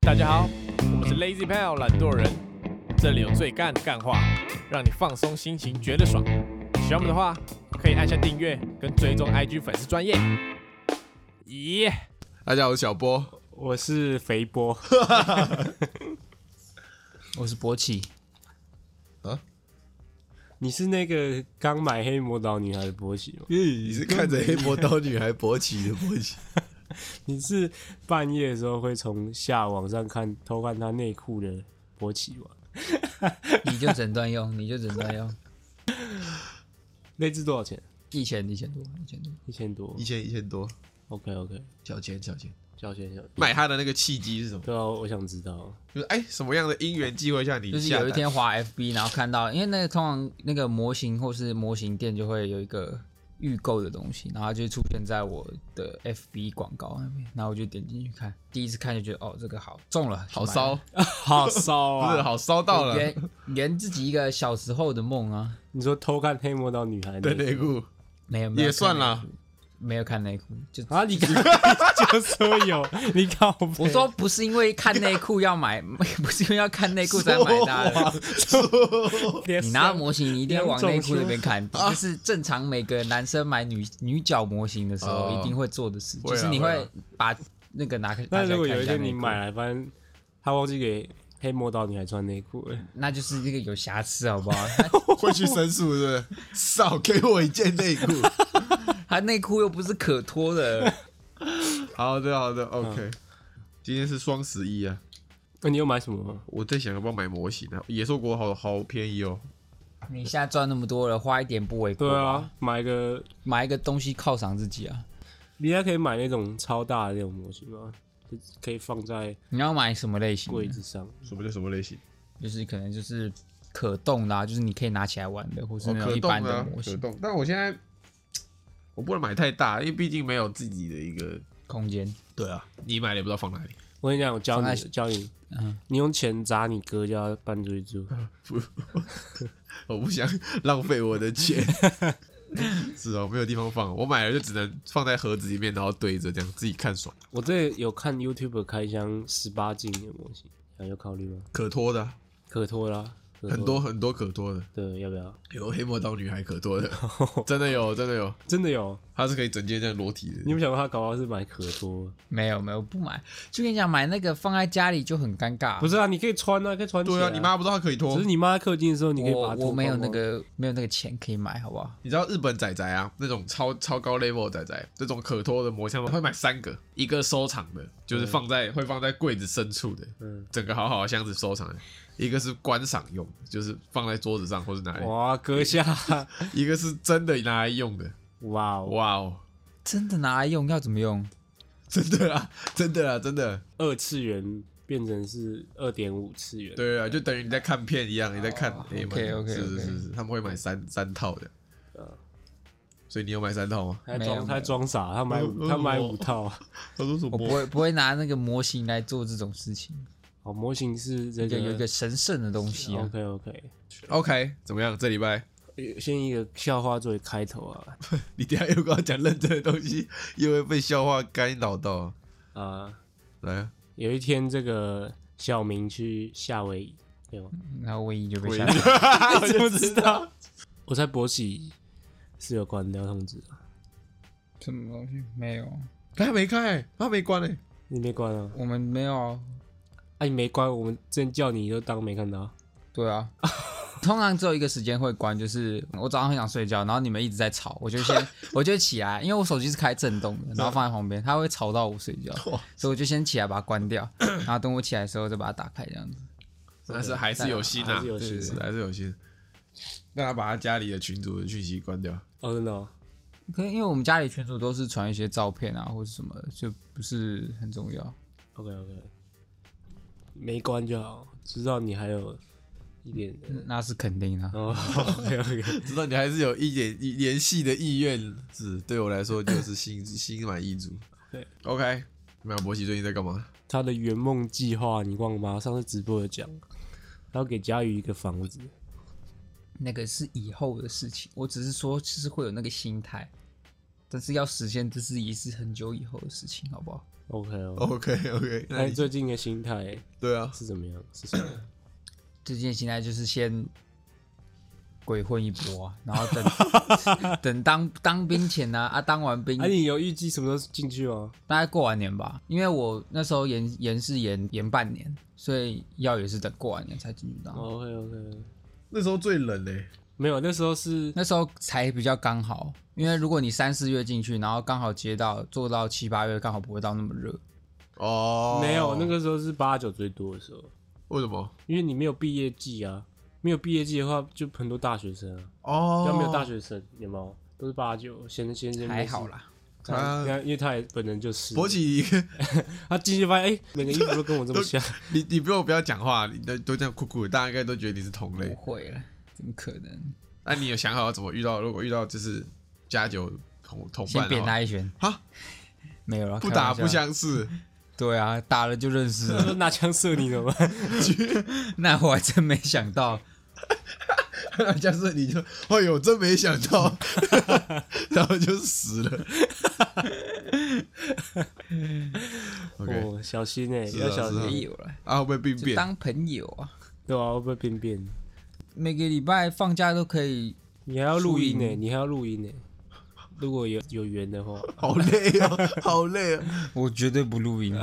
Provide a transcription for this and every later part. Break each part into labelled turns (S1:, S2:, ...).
S1: 大家好，
S2: 嗯
S1: 我们是 Lazy Pal 懒惰人，这里有最干的干话，让你放松心情，觉得爽。喜欢我们的话，可以按下订阅跟追踪 IG 粉丝专业。咦、
S3: 大家好，我是小波。
S4: 我是肥波，
S2: 我是博奇，
S3: 啊
S4: 你是那个刚买黑魔导女孩的波奇吗？
S3: 你是看着黑魔刀女孩勃起的勃起？
S4: 你是半夜的时候会从下往上看偷看她内裤的波奇吗？
S2: 你就整段用，你就整段用，
S4: 那只多少钱？
S2: 一千一千多，一千多，
S4: 一千多
S3: 一。千一千多，
S4: OK OK，
S3: 小钱小钱。
S4: 小钱小钱。
S3: 买它的那个契机是什么？
S4: 对啊，我想知道。
S3: 就是哎，什么样的因缘际会下你
S2: 就是
S3: 下单
S2: 有一天滑 FB，然后看到，因为那个通常那个模型或是模型店就会有一个预购的东西，然后它就会出现在我的 FB 广告那边，然后我就点进去看，第一次看就觉得哦这个好中了，
S3: 好骚，
S2: 就
S4: 好骚
S3: 不是
S4: 啊！
S3: 好骚到
S2: 买了，
S3: 了
S2: 圆圆自己一个小时候的梦啊，
S4: 你说偷看黑魔导女孩
S3: 的
S4: 的
S3: 内裤
S2: 没有没有
S3: 也算
S2: 了，
S3: 啦。
S2: 没有看内裤，就
S4: 啊？ 你刚就说 有，你靠背！
S2: 我说不是因为看内裤要买， 不是因为要看内裤才买它的。 你拿模型，你一定要往内裤那边看，这是正常每个男生买女女角模型的时候
S3: 哦
S2: 一定会做的事，
S3: 会啊
S2: 就是你
S3: 会
S2: 会
S3: 啊
S2: 把那个拿开。
S4: 那
S2: 拿起来
S4: 如果
S2: 看
S4: 有一
S2: 下
S4: 天你
S2: 内裤
S4: 买，来，发现他忘记给黑魔导女孩穿内 裤
S3: 嗯
S4: 了，
S2: 那就是这个有瑕疵，好不好？
S3: 会去申诉是不是？少给我一件内裤。
S2: 他内裤又不是可脱的，
S3: 好的好的，OK。今天是双十一啊，
S4: 那你又买什么吗？
S3: 我啊在想要不要买模型啊？野兽国好好便宜哦，
S2: 你现在赚那么多了，花一点不为过。
S4: 对，啊，买一个
S2: 买一个东西犒赏自己啊！
S4: 你还可以买那种超大的那种模型吗？就可以放在
S2: 你要买什么类型的？
S4: 柜子上，
S3: 什么叫什么类型？
S2: 就是可能就是可动的、啊，就是你可以拿起来玩的，或是
S3: 哦
S2: 那种
S3: 可
S2: 一
S3: 动
S2: 般
S3: 啊
S2: 的模
S3: 可
S2: 型
S3: 动。但我现在我不能买太大，因为毕竟没有自己的一个。
S2: 空间。
S3: 对啊，你买了也不知道放哪里。
S4: 我跟你讲，我教
S2: 放
S4: 你
S2: 在，
S4: 教你，
S2: 嗯
S4: 你用钱砸你哥家搬出去住，
S3: 不，我不想浪费我的钱。是哦，没有地方放，我买了就只能放在盒子里面，然后堆着这样自己看爽。
S4: 我这有看 YouTube 开箱十八禁的模型，想有考虑吗？
S3: 可脱的啊、
S4: 可脱啦，可脱
S3: 很多很多可脱的，
S4: 对，要不要？
S3: 有黑魔刀女孩可脱的，真的有真的有，
S4: 真的有，
S3: 它是可以整件这样裸体
S4: 你
S3: 的。
S4: 有想过他搞到是买可脱？
S2: 没有没有，不买。就跟你讲，买那个放在家里就很尴尬。
S4: 不是啊，你可以穿啊，可以穿起来
S3: 对
S4: 啊，
S3: 啊，你妈不知道她可以脱
S4: 只是。你妈氪金的时候，你可以把
S2: 我
S4: 它啊
S2: 我
S4: 脱
S2: 没有
S4: 光
S2: 那
S4: 光
S2: 个没有那个钱可以买，好不好？
S3: 你知道日本仔仔啊，那种超超高 level 仔仔，这种可脱的魔像，他会买三个，一个收藏的，就是放
S2: 嗯
S3: 在、会放在柜子深处的，
S4: 嗯
S3: 整个好好的箱子收藏的；一个是观赏用的，就是放在桌子上或是哪里；
S4: 哇，阁 下，
S3: 一个是真的拿来用的。
S4: 哇哦，
S3: 哇哦，
S2: 真的拿来用要怎么用？
S3: 真的啊， 真的啊，真的。
S4: 二次元变成是二点五次元，
S3: 对啊，就等于你在看片一样，你在看
S2: 哦
S3: A
S2: OK，OK，OK
S3: 是是是是，他们会买三三套的。
S2: 嗯
S3: 所以你有买三套吗？
S4: 还
S2: 没有
S4: 装
S2: 没
S4: 还
S2: 有
S4: 装傻，他买
S3: 我
S4: 五他买
S3: 我
S4: 五套，
S3: 他说什
S2: 我不？会 不会拿那个模型来做这种事情，
S4: 哦，模型是这
S2: 有
S4: 个
S2: 有一个神圣的东西啊。
S4: OK OK，
S3: OK，怎么样？这礼拜
S4: 先一个笑话作为开头啊
S3: 你等一下又跟我讲认真的东西，又会被笑话干扰到啊。
S4: 啊！
S3: 来啊，
S4: 有一天这个小明去夏威夷，对吗？
S2: 然后唯一就被
S3: 唯一
S2: 吓
S4: 我就知道，我猜博喜是有关掉通知的，啊
S2: 什么东西没有？
S3: 他还没开，他还没关欸呢。
S4: 你没关啊？
S2: 我们没有啊。
S4: 哎，你没关，我们真叫你都当没看到。
S2: 对啊， 通常只有一个时间会关，就是我早上很想睡觉，然后你们一直在吵，我就 先我就起来，因为我手机是开震动的，然后放在旁边，它会吵到我睡 觉，所以我就先起来把它关掉，然后等我起来的时候再把它打开，这样子。
S3: 但是还是有心啊，
S4: 还是有心
S3: 是还是有心。那他把他家里的群主的讯息关掉。
S4: 哦，真的哦，
S2: 可能因为我们家里群主都是传一些照片啊，或者什么的，就不是很重要。
S4: OK OK，没关就好，知道你还有一点。
S2: 那是肯定的、
S4: 哦，OK OK，
S3: 知道你还是有一点一联系的意愿，是对我来说就是心 心满意足。
S4: 对
S3: ，OK，那博奇最近在干嘛？
S4: 他的圆梦计划你忘了吗？上次直播有讲，他要给佳宇一个房子，
S2: 那个是以后的事情，我只是说就是会有那个心态，但是要实现这是也是很久以后的事情，好不好？
S4: OK 哦。
S3: OK OK，那
S4: 那
S3: 你
S4: 你最近的心态
S3: 对啊，
S4: 是怎么样？是什么？
S2: 最近现在就是先鬼混一波、啊，然后等等当当兵前呢、啊，当完兵
S4: 哎、你有预计什么时候进去吗？
S2: 大概过完年吧，因为我那时候延延是延延半年，所以药也是等过完年才进去当。
S4: OK OK，
S3: 那时候最冷欸嘞、
S4: 没有，那时候是
S2: 那时候才比较刚好，因为如果你三四月进去，然后刚好接到做到七八月，刚好不会到那么热。
S3: 哦，
S4: 没有，那个时候是八九最多的时候，
S3: 为什么？
S4: 因为你没有毕业季啊，没有毕业季的话，就很多大学生啊，
S3: 哦，
S4: 要没有大学生，有没有？都是八九，先先先
S2: 还好，啦，
S4: 他
S3: 啊
S4: 因为他也本人就是
S3: 博起，
S4: 他进去发现，哎、每个衣服都跟我这么像，
S3: 你你不用不要讲话，你都都这样酷酷的，大家应该都觉得你是同
S2: 不
S3: 类。
S2: 会了，怎么可能？
S3: 那你有想好要怎么遇到？如果遇到就是加酒同同伴
S2: 先
S3: 的
S2: 扁
S3: 话
S2: 他 一拳，
S3: 哈，
S2: 没有了，
S3: 不打
S2: 开
S3: 不
S2: 玩笑。
S3: 相识，
S2: 对啊，打了就认识
S4: 他
S2: 了，
S4: 说拿枪射你怎么办？
S2: 那我还真没想到，
S3: 加上你就，哎呦，真没想到， 然后就死了。OK，
S4: 哦，小心哎、
S3: 是啊
S4: 要小
S3: 是啊
S2: 没
S4: 心，
S2: 有了，
S3: 啊， 会不会病
S2: 就
S3: 变？
S2: 当朋友啊。
S4: 对啊，会不会变变？
S2: 每个礼拜放假都可以，
S4: 你还要录音呢、
S2: 输赢
S4: 你还要录音呢、如果有 有缘的话，
S3: 好累哦，好累哦。
S2: 我绝对 不录音。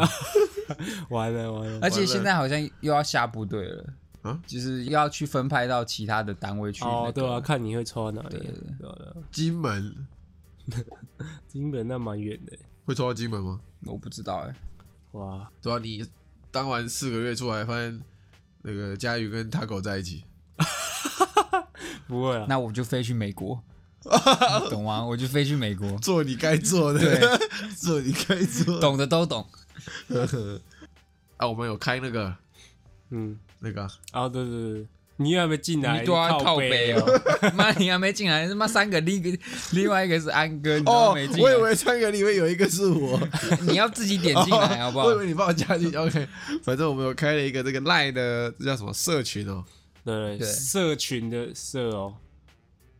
S4: 完了完了，
S2: 而且现在好像又要下部队了，
S3: 啊
S2: 就是要去分派到其他的单位去、那
S4: 哦，
S2: 个
S4: 对啊，，看你会抽到哪里
S2: 对
S4: 啊
S2: 对，对
S4: 对啊对啊，
S3: 金门
S4: 金本那蛮远的、欸
S3: 会抽到金门吗？
S2: 我不知道哎、
S4: 哇，
S3: 对啊，你当完四个月出来，发现那个佳宇跟他狗在一起，
S4: 不会啊，
S2: 那我就飞去美国，懂吗？我就飞去美国，
S3: 做你该做的， 做你该做的。
S2: 懂的都懂。
S3: 啊，我们有开那个
S4: 嗯，
S3: 那个啊
S4: 啊对对对，你又还没进来，
S2: 你都要
S4: 靠
S2: 靠背
S4: 哦，
S2: 哦， 妈，你还没进来，他妈三个另一个另外一个是安哥，你都
S3: 哦
S2: 没，进
S3: 我
S2: 来
S3: 以，为三个里面有一个是我，
S2: 你要自己点进来好不好
S3: 哦我以？为你把我加进去，OK。反正我们有开了一个这个赖的，这叫什么社群哦，
S4: 对
S2: 对
S4: 社群的社哦，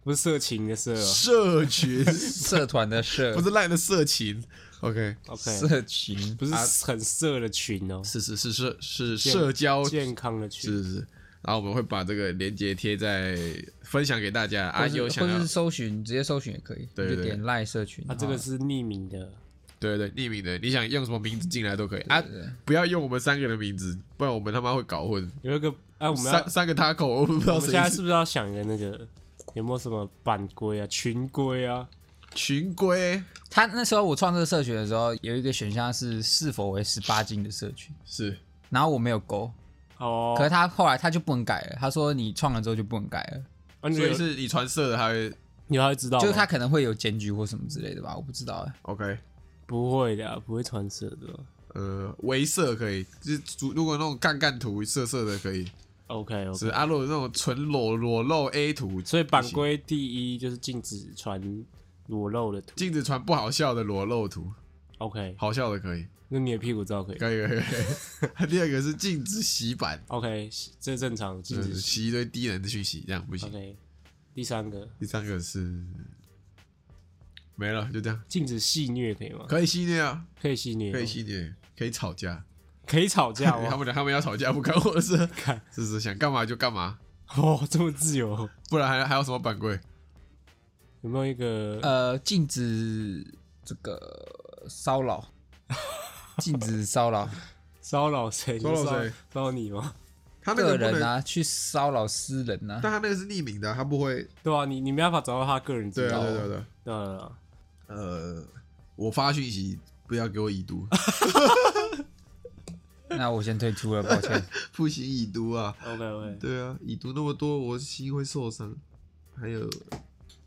S4: 不是色情的社哦
S3: 社群
S2: 社团的社
S3: 不是赖的社群，OK。
S4: ，OK，
S2: 社群啊
S4: 不是很色的群哦，
S3: 是是是社是社交，是
S4: 健康的群，
S3: 是是。然后我们会把这个链接贴在分享给大家啊，
S2: 或是
S3: 有想
S2: 或
S3: 要
S2: 是搜寻，直接搜寻也可以，
S3: 对
S2: 你
S3: 对
S2: 就点赖社群。
S4: 啊，这个是匿名的，
S3: 对对，匿名的，你想用什么名字进来都可以啊，不要用我们三个的名字，不然我们他妈会搞混。
S4: 有一个，哎，我们要
S3: 三三个 taco，我不知道
S4: 我们现
S3: 谁
S4: 在是不是要想一个那个有没有什么版规啊、群规啊？
S3: 群规，
S2: 他那时候我创这个社群的时候，有一个选项是是否为十八禁的社群，
S3: 是
S2: 然后我没有勾，
S4: 哦
S2: 可，是他后来他就不能改了，他说你创了之后就不能改了，
S4: 啊你
S3: 所以
S4: 有
S3: 是你传社的，他会
S4: 你还会知道吗？
S2: 就是他可能会有检举或什么之类的吧，我不知道哎。
S3: OK，
S4: 不会的啊，不会传色的啊。
S3: 呃，微社可以，就是主如果那种干干图色色的可以，
S4: OK
S3: 是
S4: OK，
S3: 啊，如果那种纯裸裸露 A 图，
S4: 所以版规第一就是禁止传裸露的图。
S3: 禁止传不好笑的裸露图，
S4: OK，
S3: 好笑的可以，
S4: 那你的屁股照可以。
S3: 可以可以。 可以第二个是禁止洗版，
S4: OK，这正常禁
S3: 就是
S4: 止洗。
S3: 洗一堆低能的讯息，这样不行。
S4: OK，第三个
S3: 第三个是没了，就这样，
S4: 禁止戏虐可以吗？
S3: 可以戏虐啊，
S4: 可以戏虐吗，
S3: 可以戏虐，可以吵架。
S4: 可以吵架
S3: 他
S4: 哦。
S3: 们他们要吵架不关我的事，
S4: 看
S3: 是是想干嘛就干嘛，
S4: 哦，这么自由，
S3: 不然还还有什么版规？
S4: 有没有一个
S2: 呃，禁止这个骚 扰，禁止骚扰
S4: 骚扰谁？
S3: 骚扰谁？
S4: 骚扰你吗？
S3: 他那
S2: 个
S3: 个不
S2: 人
S3: 能，
S2: 啊，去骚扰私人啊，
S3: 但他那个是匿名的，他不会。
S4: 对啊，你你没办法找到他个人资
S3: 对
S4: 料
S3: 啊，
S4: 啊。
S3: 对对对，
S4: 对啊对啊。
S3: 呃，我发讯息不要给我已读，
S2: 那我先退出了，抱歉。
S3: 不行已读啊。
S4: OK OK，
S3: 对啊，已读那么多，我心会受伤。还有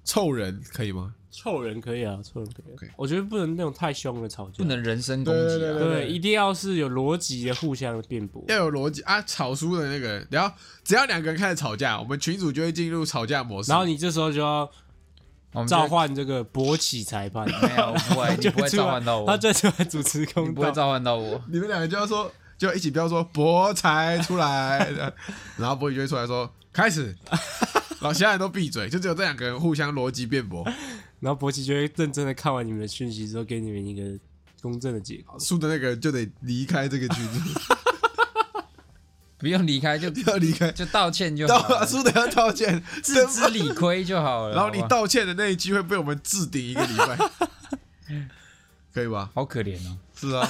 S3: 臭人可以吗？
S4: 臭人可以啊，臭人可以啊、
S3: OK
S4: 我觉得不能那种太凶的吵架，
S2: 不能人身攻击
S3: 对
S2: 啊！
S4: 对，一定要是有逻辑的互相辩驳。
S3: 要有逻辑啊！吵输的那个人，然后只要两个人开始吵架，我们群主就会进入吵架模式。
S4: 然后你这时候就要
S2: 我们就
S4: 召唤这个勃起裁 判，
S2: 没有，不会，你不会
S4: 就出来
S2: 召唤到我
S4: 他，就出来主持
S2: 你
S4: 公
S2: 不会
S4: 道。
S2: 召唤到我。
S3: 你们两个就要说，就要一起不要说博才出来， 然后博宇就会出来说开始， 然后其他人都闭嘴，就只有这两个人互相逻辑辩驳。
S4: 然后勃起就会认真的看完你们的讯息之后，给你们一个公正的解考。
S3: 输的那个人就得离开这个群 组，
S2: 不用 离开就
S3: 要离开，
S2: 就道歉就好
S3: 道
S2: 了，
S3: 输的要道歉，
S2: 自知理亏就好了。
S3: 然后你
S2: 好不好
S3: 道歉的那一句会被我们置顶一个礼拜，可以吧？
S2: 好可怜哦，
S3: 是 啊，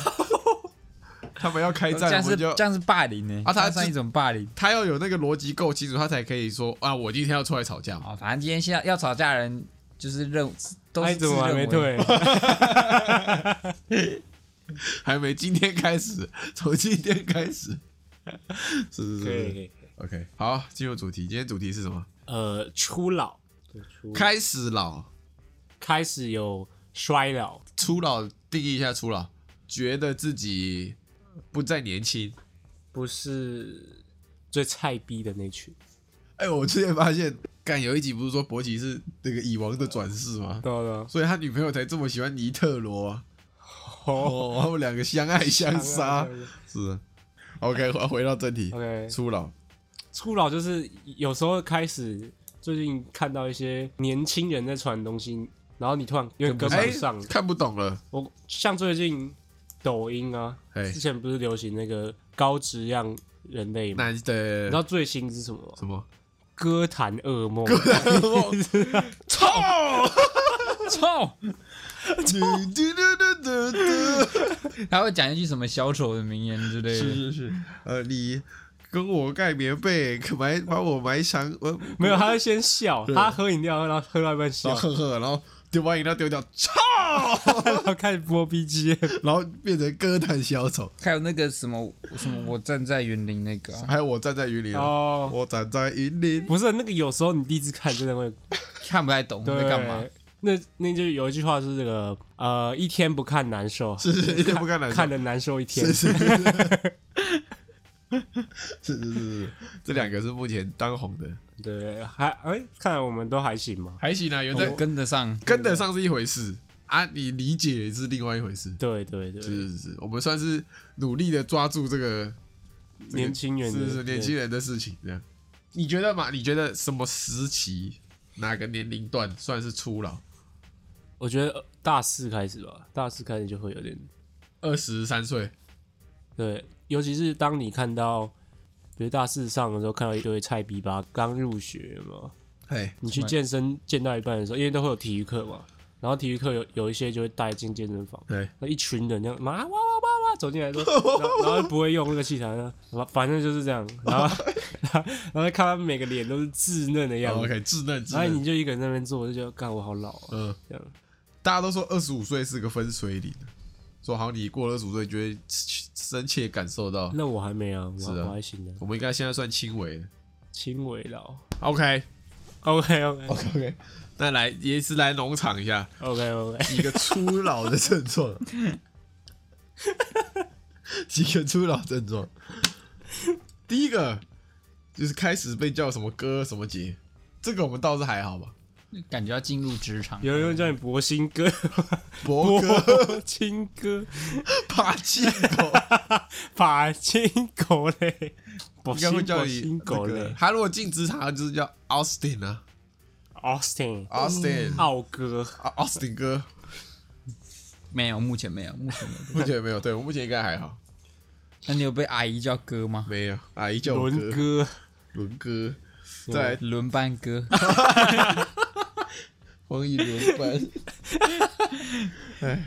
S3: 他们要开
S2: 这
S3: 战，哎
S2: 样
S3: 我
S2: 是
S3: 们就
S2: 这样是霸凌呢，
S3: 啊他
S2: 这样算一种霸凌。
S3: 他要有那个逻辑够清楚，他才可以说啊，我今天要出来吵架嘛。
S2: 好，哦反正今天现在要吵架的人就是认都
S4: 哎，
S2: 是
S4: 怎么
S2: 自
S4: 还
S2: 认
S4: 没
S2: 为
S4: 退？
S3: 还没，今天开始，从今天开 始，是是是
S4: 可以
S3: 是
S4: 可以。
S3: ，OK，好，进入主题，今天主题是什么？
S4: 呃，初老，对初开
S3: 开始老，
S4: 开始有衰老，
S3: 初老定义一下初老，觉得自己不再年轻。
S4: 不是最菜逼的那群。
S3: 哎、我之前发现，干有一集不是说博奇是那个蚁王的转世吗？
S4: 对啊对啊，
S3: 所以他女朋友才这么喜欢尼特罗啊！
S4: 哦，
S3: 哦，他们两个相爱
S4: 啊
S3: 相杀，是啊。OK，回回到正题
S4: OK，
S3: 初老，
S4: 初老就是有时候开始，最近看到一些年轻人在传东西，然后你突然有点跟
S3: 哎
S4: 不上。
S3: 看不懂了，
S4: 我像最近抖音啊，
S3: 哎
S4: 之，前不是流行那个高质量人类吗？
S3: 那的
S4: 你知道最新是什么吗？
S3: 什么？
S4: 歌坛噩梦，
S3: 操！
S2: 臭，
S3: 嘟嘟嘟嘟嘟
S2: 他会讲一句什么小丑的名言之类
S3: 是
S2: 的。
S3: 是是， 呃，你跟我盖棉被，可埋把我埋藏，呃，
S4: 没有，他会先笑，
S3: 对哦
S4: 他喝饮料，然后喝到一半笑
S3: 然 后，呵呵，然后丢把饮料丢掉，操！
S4: 然后开始播 BGM，
S3: 然后变成歌坛小丑，
S2: 还有那个什么什么，我站在园林那个啊、
S3: 还有我站在云林啊，
S4: 哦，
S3: 我站在云林，
S4: 不是那个，有时候你第一次看真的会
S2: 看不太懂
S4: 对
S2: 在干嘛。？
S4: 那那就有一句话是这个呃，一天不看难受，
S3: 是是，一天不看男
S4: 看的难受一天
S3: 是。是是 是是是，这两个是目前当红的，
S4: 对，还哎，看来我们都还行嘛。
S3: 还行啊，有
S2: 对
S3: 在，
S2: 跟得上，
S3: 跟得上是一回事啊，你理解是另外一回事。
S4: 对对对，
S3: 是是是，我们算是努力的抓住这个这个
S4: 年轻人的
S3: 是是年轻人的事情。这样，你觉得嘛？你觉得什么时期、哪个年龄段算是初老？
S4: 我觉得呃大四开始吧，大四开始就会有点
S3: 二十三岁，
S4: 对，尤其是当你看到，比如大四上的时候，看到一堆菜逼吧刚入学嘛，
S3: 嘿，
S4: 你去健身健到一半的时候，因为都会有体育课嘛，然后体育课有有一些就会带进健身房，
S3: 对，
S4: 那一群人这样，妈哇哇哇哇走进来 说，然后然后不会用那个器材，然后反正就是这样，然后然后然后看他们每个脸都是稚嫩的
S3: 然
S4: 样
S3: 后
S4: 子，
S3: 哦 OK，稚嫩稚
S4: 然后
S3: 嫩，
S4: 你就一个人在那边做，我就觉得，干我好老啊，
S3: 嗯，
S4: 这样
S3: 大家都说二十五岁是个分水岭，说好你过了二十五岁，你就会深切感受到。
S4: 那我还没啊，我
S3: 是啊
S4: 我还行的，
S3: 我们应该现在算轻微的。
S4: 轻微老
S3: OK
S4: ，OK OK
S3: OK OK，那来也是来农场一下
S4: OK OK，
S3: 几个初老的症状， 几个初老症状。第一个就是开始被叫什么哥什么姐，这个我们倒是还好吧。
S2: 感觉要进入职场。
S4: 有人会叫你博新哥，
S3: 博哥、
S4: 博亲哥，
S3: 爬进狗，
S4: 把亲狗嘞， 博
S3: 应该会
S4: 新
S3: 叫
S4: 博
S3: 你
S4: 新
S3: 那
S4: 狗
S3: 个
S4: 嘞。
S3: 他如果进职场就是叫 Austin 啊
S4: Austin，
S3: ，Austin，
S4: 奥哥，
S3: 啊 Austin 哥，
S2: 没有，目前没有，目前没 有。
S3: 目前没有，对我目前应该还好，
S2: 那你有被阿姨叫哥吗？
S3: 没有阿姨叫我
S4: 伦
S3: 哥，
S4: 哥，
S3: 伦哥，再来
S2: 轮班哥，
S3: 黄奕伦 班，哎，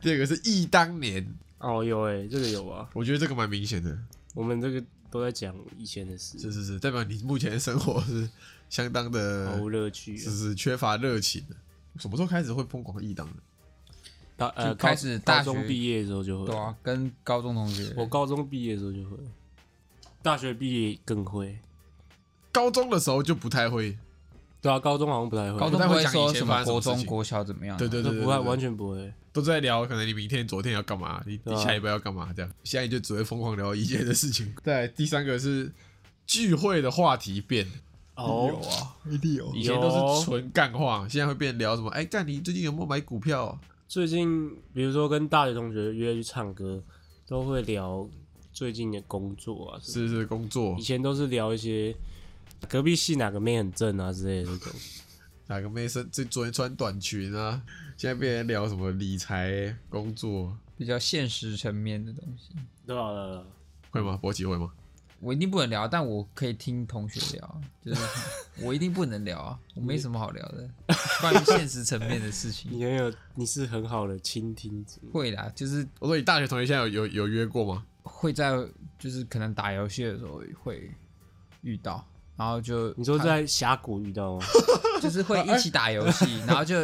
S3: 第二个是忆当年，
S4: 哦有哎、这个有啊，
S3: 我觉得这个蛮明显的，
S4: 我们这个都在讲以前的
S3: 是
S4: 事，
S3: 是是，代表你目前的生活是相当
S4: 毫
S3: 的
S4: 无，乐趣
S3: 是
S4: 啊。
S3: 是缺乏热情的。什么时候开始会疯狂忆当的？
S4: 大呃，
S2: 就
S4: 高
S2: 开始
S4: 高
S2: 大
S4: 中
S2: 学
S4: 毕业的时候就会，
S2: 对啊，跟高中同学。
S4: 我高中毕业的时候就会，大学毕业更会。
S3: 高中的时候就不太会，
S4: 对啊，高中好像不太会，
S2: 高中
S3: 不太会
S2: 会
S3: 讲以
S2: 说
S3: 前
S2: 什
S3: 发生
S2: 么
S3: 什么
S2: 国
S3: 事
S2: 中、
S3: 情
S2: 国小怎么样啊？
S3: 对对
S4: 都
S3: 对对，
S4: 不会，
S3: 对
S4: 完全不会。
S3: 都在聊，可能你明天、昨天要干嘛，你
S4: 啊
S3: 你下礼拜要干嘛，这样。现在就只会疯狂聊以前的事 情。再来第三个是聚会的话题变，
S4: 哦，
S3: 啊，一定有。以前
S4: 有
S3: 都是纯干话，现在会变聊什么？哎，干你最近有没有买股票啊？
S4: 最近比如说跟大学同学约去唱歌，都会聊最近的工作啊，
S3: 是是工作
S4: 以，前都是聊一些隔壁系哪个妹很正啊之类的这种。
S3: 哪个妹生这昨天穿短裙啊，现在被人聊什么理财、工作，
S2: 比较现实层面的东西，
S4: 对吧？对啊吧
S3: 会吗？博奇会吗？
S2: 我一定不能聊，但我可以听同学聊，啊就是 我一定不能聊啊，我没什么好聊的，关于现实层面的 事情。
S4: 你很有，你是很好的倾听者。
S2: 会啦，就是
S3: 我说你大学同学现在有有有约过吗？
S2: 会在就是可能打游戏的时候会遇到，然后就
S4: 你说在峡谷遇到吗？
S2: 就是会一起打游戏，然后就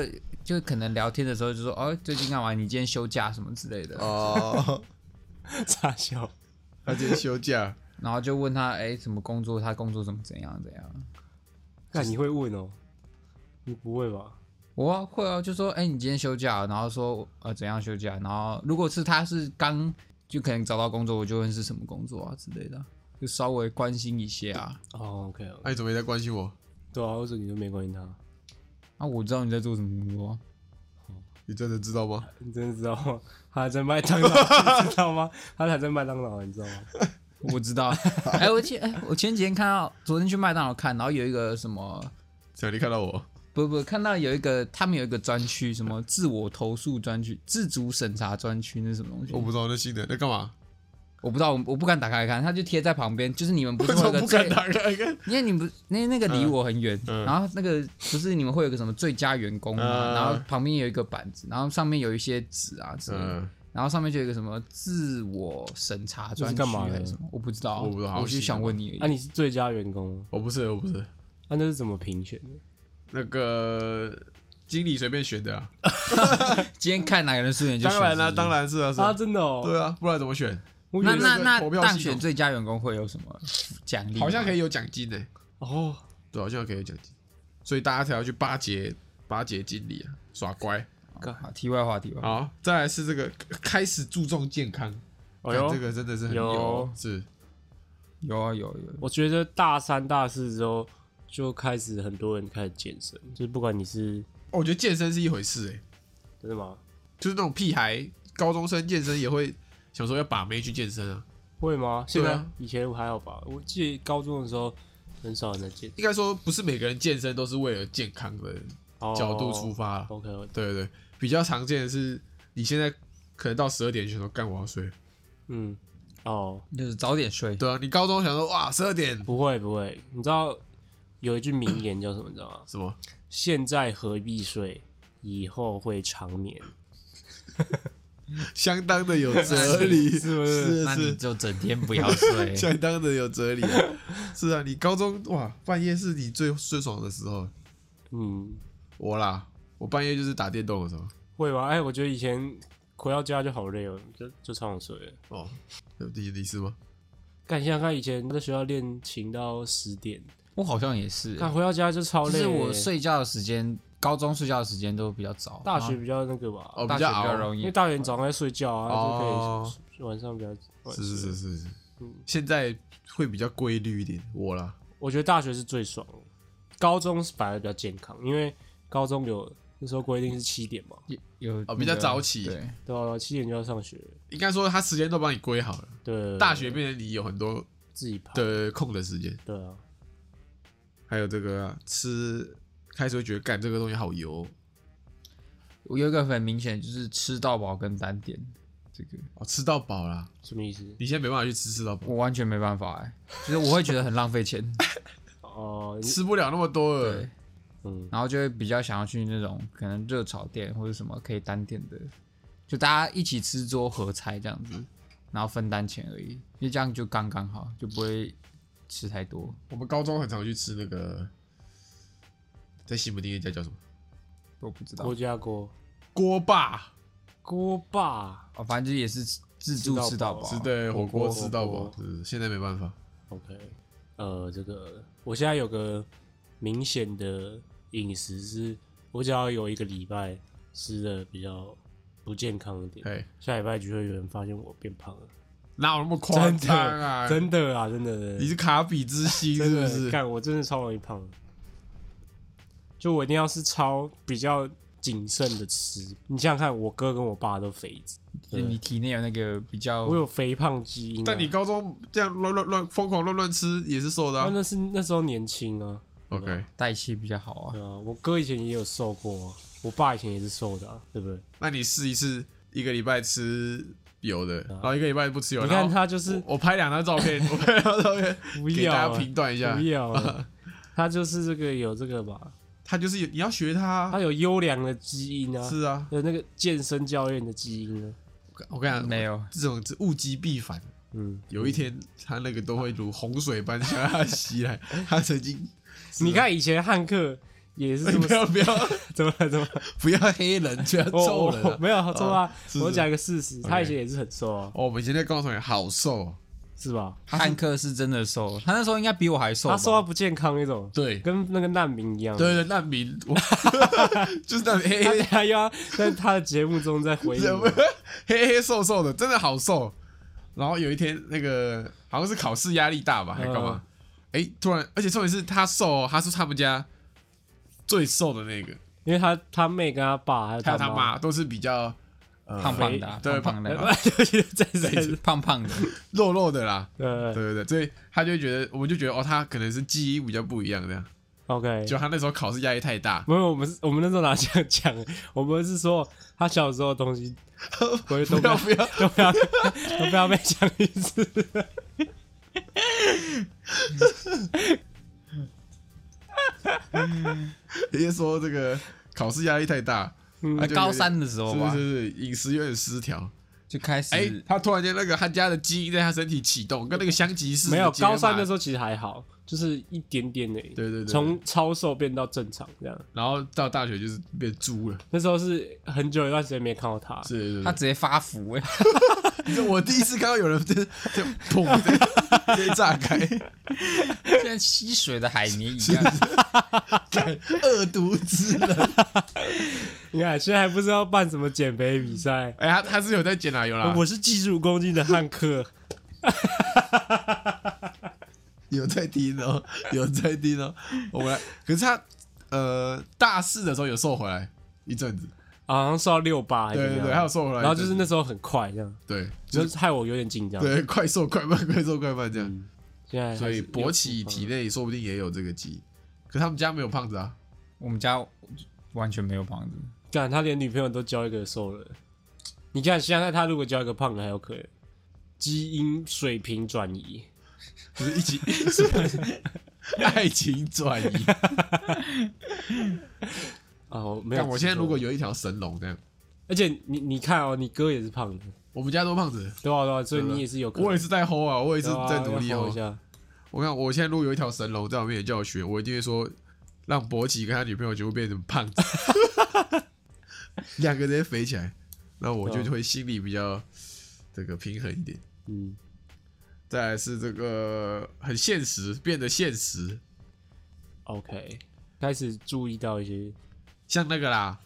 S2: 就可能聊天的时候就说哦最近干嘛？你今天休假什么之类的，
S3: 哦，
S4: 傻笑，
S3: 他今天休假，
S2: 然后就问他哎什么工作，他工作怎么怎样怎样。
S4: 那你会问哦？你不会吧？
S2: 我啊会啊，就说哎、你今天休假，然后说呃怎样休假，然后如果是他是刚就可能找到工作，我就问是什么工作啊之类的，就稍微关心一些啊。
S4: 哦，OK，OK，
S3: 那你怎么没在关心我？
S4: 对啊，或者你都没关心他，
S2: 啊，我知道你在做什么工作啊，
S3: 你真的知道吗？
S4: 你真的知道吗？他还在麦当劳， 你知道吗？他还在麦当劳，你知道 吗？
S2: 我知道。 哎、我前哎、我前几天看到，昨天去麦当劳看，然后有一个什么。
S3: 小丽看到我，
S2: 不不，看到有一个，他们有一个专区，什么自我投诉专区、自主审查专区，那是什么东西？
S3: 我
S2: 我
S3: 不知道那新的在干嘛，
S2: 我不知道，我我不敢打开来看，他就贴在旁边。就是你们不
S3: 我
S2: 是会有
S3: 怎
S2: 个
S3: 不敢
S2: 最
S3: 打开看？
S2: 因为你不那那个离我很远，
S3: 嗯
S2: 然后那个不是你们会有个什么最佳员工嘛，
S3: 嗯
S2: 然后旁边有一个板子，然后上面有一些纸啊之类 的，
S3: 嗯，
S2: 然后上面就有一个什么自我审查专
S4: 这是
S2: 区
S4: 干嘛的
S2: 还是什么，我不知道，
S3: 我不知道好
S2: 我就
S3: 奇啊
S2: 想问你
S4: 那、
S2: 而已，
S4: 啊你是最佳员工吗，
S3: 我不是，我不是，
S4: 那、那是怎么评选的？
S3: 那个经理随便选的啊，
S2: 今天看哪个人顺眼就选
S3: 当然啦，
S2: 谁
S3: 当，然是啊，是
S4: 啊，
S3: 啊，
S4: 真的哦，
S3: 对啊，不然怎么选？
S4: 我以
S2: 那
S4: 为
S2: 那
S3: 有一个
S2: 那
S3: 投票系统
S2: 当选最佳员工会有什么奖励吗？
S3: 好像可以有奖金呢、
S4: 哦，
S3: 对，好像可以有奖金，所以大家才要去巴结巴结经理啊，耍乖。
S2: 好。好，题外话，题外话，
S3: 好，再来是这个开始注重健康，看
S4: 哎呦，
S3: 这个真的是很
S4: 有
S3: 是
S2: 有啊有啊有啊，
S4: 我觉得大三、大四之后就开始很多人开始健身，就是不管你是
S3: 哦我觉得健身是一回事、欸，
S4: 真的吗？
S3: 就是那种屁孩高中生健身也会想说要把妹去健身啊。
S4: 会吗？现
S3: 对
S4: 在、
S3: 啊
S4: 以前我还好吧，我记得高中的时候很少人在健
S3: 应该说不是每个人健身都是为了健康的角度出。发啊、
S4: 哦 OK，
S3: 对对对，比较常见的是你现在可能到十二点就想说干我要睡，
S4: 嗯，哦，
S2: 就是早点睡，
S3: 对啊，你高中想说哇十二点
S4: 不会不会，你知道有一句名言叫什么？你知道吗？
S3: 什么？
S4: 现在何必睡，以后会长眠。
S3: 相当的有哲 理，是
S4: 不是
S3: 是
S2: 那你
S3: 是，
S2: 就整天不要 睡，
S3: 相当的有哲理啊。 是啊，你高中哇，半夜是你最最爽的时候。
S4: 嗯，
S3: 我啦，我半夜就是打电动的时候。
S4: 会吗？哎，我觉得以前回到家就好累哦，就就超想睡了。
S3: 哦，你你是吗？
S4: 干，想想看，以前在学校练琴到十点，
S2: 我好像也是，欸
S4: 看回到家就超累。
S2: 就
S4: 欸
S2: 是我睡觉的时间，高中睡觉的时间都比较早，
S4: 大学
S2: 然
S4: 比较那个吧，
S3: 哦，
S2: 后大学比较
S3: 熬。
S2: 容
S4: 因
S2: 易
S4: 为。大学你早上在睡觉啊，
S3: 哦
S4: 就可以晚上比较晚
S3: 是是
S4: 睡
S3: 是是是
S4: 嗯，
S3: 现在会比较规律一点。我啦，
S4: 我觉得大学是最爽的，高中是反而比较健康，因为高中有那时候规定是七点嘛，
S2: 有
S3: 哦
S2: 那
S3: 比较
S2: 个
S3: 早起
S2: 对，
S4: 对啊，七点就要上学了，
S3: 应该说他时间都帮你规好了。
S4: 对，
S3: 大学变成你有很多
S4: 自己排，
S3: 的空的时间，
S4: 对啊，
S3: 还有这个啊吃，开始会觉得干这个东西好油
S2: 我有一个很明显就是吃到饱跟单点，这个
S3: 哦，吃到饱啦。
S4: 什么意思？
S3: 你现在没办法去吃吃到饱，
S2: 我完全没办法哎、就是我会觉得很浪费钱，
S4: 哦、你
S3: 吃不了那么多了
S2: 对。，
S4: 嗯，
S2: 然后就会比较想要去那种可能热炒店或者什么可以单点的，就大家一起吃桌合菜这样子，然后分担钱而已，因为这样就刚刚好，就不会吃太多。
S3: 我们高中很常去吃那个，在西门町那家叫什么
S2: 我不知道
S4: 郭，家锅
S3: 锅巴，
S4: 锅霸
S2: 哦，反正就也是自助吃
S4: 吃到
S2: 到饱
S4: 饱
S2: 啊，
S3: 是对火锅
S4: 火锅
S3: 吃到
S4: 火
S3: 饱，是现在没办法。
S4: ，OK，呃，这个我现在有个明显的饮食是，我只要有一个礼拜吃的比较不健康一点，
S3: 哎，
S4: 下礼拜就会有人发现我变胖了。
S3: 哪有那么夸张啊？
S4: 真的啊，真的，真的
S3: 你是卡比之心是
S4: 真
S3: 不
S4: 的
S3: 是？
S4: 干，我真的超容易胖的。就我一定要是超比较谨慎的吃。你想想看，我哥跟我爸都肥子，
S2: 就你体内有那个比较
S4: 我有肥胖基因啊、
S3: 但你高中这样乱乱乱疯狂乱乱吃也是瘦的、
S4: 啊
S3: 啊，
S4: 那是那时候年轻啊，
S3: OK，
S2: 代谢比较好啊。
S4: 对啊，我哥以前也有瘦过啊，我爸以前也是瘦的、啊，对不对？
S3: 那你试一试，一个礼拜吃油的，然后一个礼拜不吃油。
S4: 啊你看
S3: 然后
S4: 他就是
S3: 我，我拍两张照 片，我拍两张照片
S4: 不
S3: 给
S4: 要
S3: 大
S4: 啊
S3: 家评断一下
S4: 不。要啊， 他就是这个有这个吧，
S3: 他就是有你要学他啊
S4: 他，有优良的基因啊，
S3: 是啊，
S4: 有那个健身教练的基因啊，
S3: 我跟你讲，
S2: 没有，
S3: 这种是物极必反。
S4: 嗯，
S3: 有一天，他那个都会如洪水般向 他袭来。他曾经，啊
S4: 你看以前汉克也是这 么
S3: 不要不要
S4: 怎么了怎 么了？
S3: 不要黑人，不要
S4: 我
S3: 揍人
S4: 我
S3: 啊。
S4: 哦没有错啊
S3: 是，是
S4: 我讲一个事实，
S3: OK
S4: 他以前也是很瘦啊，
S3: 哦，我们现在高中同学好瘦哦，
S4: 是吧？
S2: 汉克是真的瘦，他那时候应该比我还瘦吧。
S4: 他瘦到不健康那种，
S3: 对
S4: 跟那个难民一样。啊
S3: 对对，难民， 我就是那黑
S4: 他
S3: 黑
S4: 等下又要在他的节目中再回 应
S3: 怎
S4: 我
S3: 么黑黑瘦瘦的，真的好瘦。然后有一天，那个好像是考试压力大吧，还干嘛？
S4: 嗯
S3: 哎、突然，而且重点是他瘦哦，他是他们家最瘦的那个，
S4: 因为他他妹跟他爸还有
S3: 还有他
S4: 妈，
S3: 妈都是比较呃
S2: 胖胖的啊，
S3: 对
S2: 胖胖的啊，
S4: 对不起 再再再
S2: 胖胖的，
S3: 肉肉的啦，
S4: 对对
S3: 对对对，所以他就会觉得，我们就觉得哦，他可能是记忆比较不一样这样。
S4: ，OK，
S3: 就他那时候考试压力太大，
S4: 没有，我们是我们那时候哪像讲，我们是说他小时候的 东西，我也都
S3: 不
S4: 不
S3: 要
S4: 要
S3: 不要，
S4: 都不要都不要被讲一次。
S3: 人家说这个考试压力太大，
S4: 嗯
S3: 他就有点
S2: 高三的时候吧
S3: 是是是饮食有点失调。
S2: 就开
S3: 哎、
S2: 始
S3: 他突然间那个他家的基因在他身体启动，跟那个香吉士
S4: 没有
S3: 解码
S4: 高三的时候其实还好，就是一点点的，
S3: 对对对
S4: 从超瘦变到正常这样。
S3: 然后到大学就是变猪了，
S4: 那时候是很久一段时间没看到他，
S3: 是是是
S2: 他直接发福哎，
S3: 这我第一次看到有人就就砰直接直接炸开，
S2: 就像吸水的海绵一样。
S3: 干恶毒之人。
S4: 你看现在还不知道办什么减肥比赛。
S3: 哎、他他是有在剪啊，有啦，
S4: 我是七十五公斤的汉克，
S3: 有在听哦，有在听哦。我们来，可是他呃大四的时候有瘦回来一阵子，
S4: 好像瘦到六八还是
S3: 对
S4: 怎
S3: 对
S4: 样
S3: 对，还有瘦回来一阵子，
S4: 然后就是那时候很快这样，
S3: 对，就
S4: 就是是害我有点紧张。
S3: 对快瘦快慢，快瘦快慢这样。
S4: 现在还是
S3: 所以
S4: 有
S3: 勃起体内说不定也有这个基因，可他们家没有胖子啊。
S2: 我们家完全没有胖子，
S4: 干，他连女朋友都交一个瘦了。你看，现在他如果交一个胖的还有可能，基因水平转移，
S3: 就是一起爱情转移。
S4: 哦，没
S3: 但
S4: 有记错。
S3: 我现在如果有一条神龙这样，
S4: 而且你你看哦，你哥也是胖的，
S3: 我们家都胖子，
S4: 对啊对啊，所以你也是有可能。
S3: 我也是在吼啊，我也是
S4: 对啊
S3: 在努力
S4: 要 hold
S3: 哦
S4: 一。下。
S3: 我看我现在如果有一条神龙在我面前叫我学，我一定会说让博奇跟他女朋友全部变成胖 子，两个人肥起来，那我就
S4: 对啊
S3: 会心里比较这个平衡一点。
S4: 嗯，
S3: 再来是这个很现实，变得现实，
S4: OK，开始注意到一些，
S3: 像那个啦，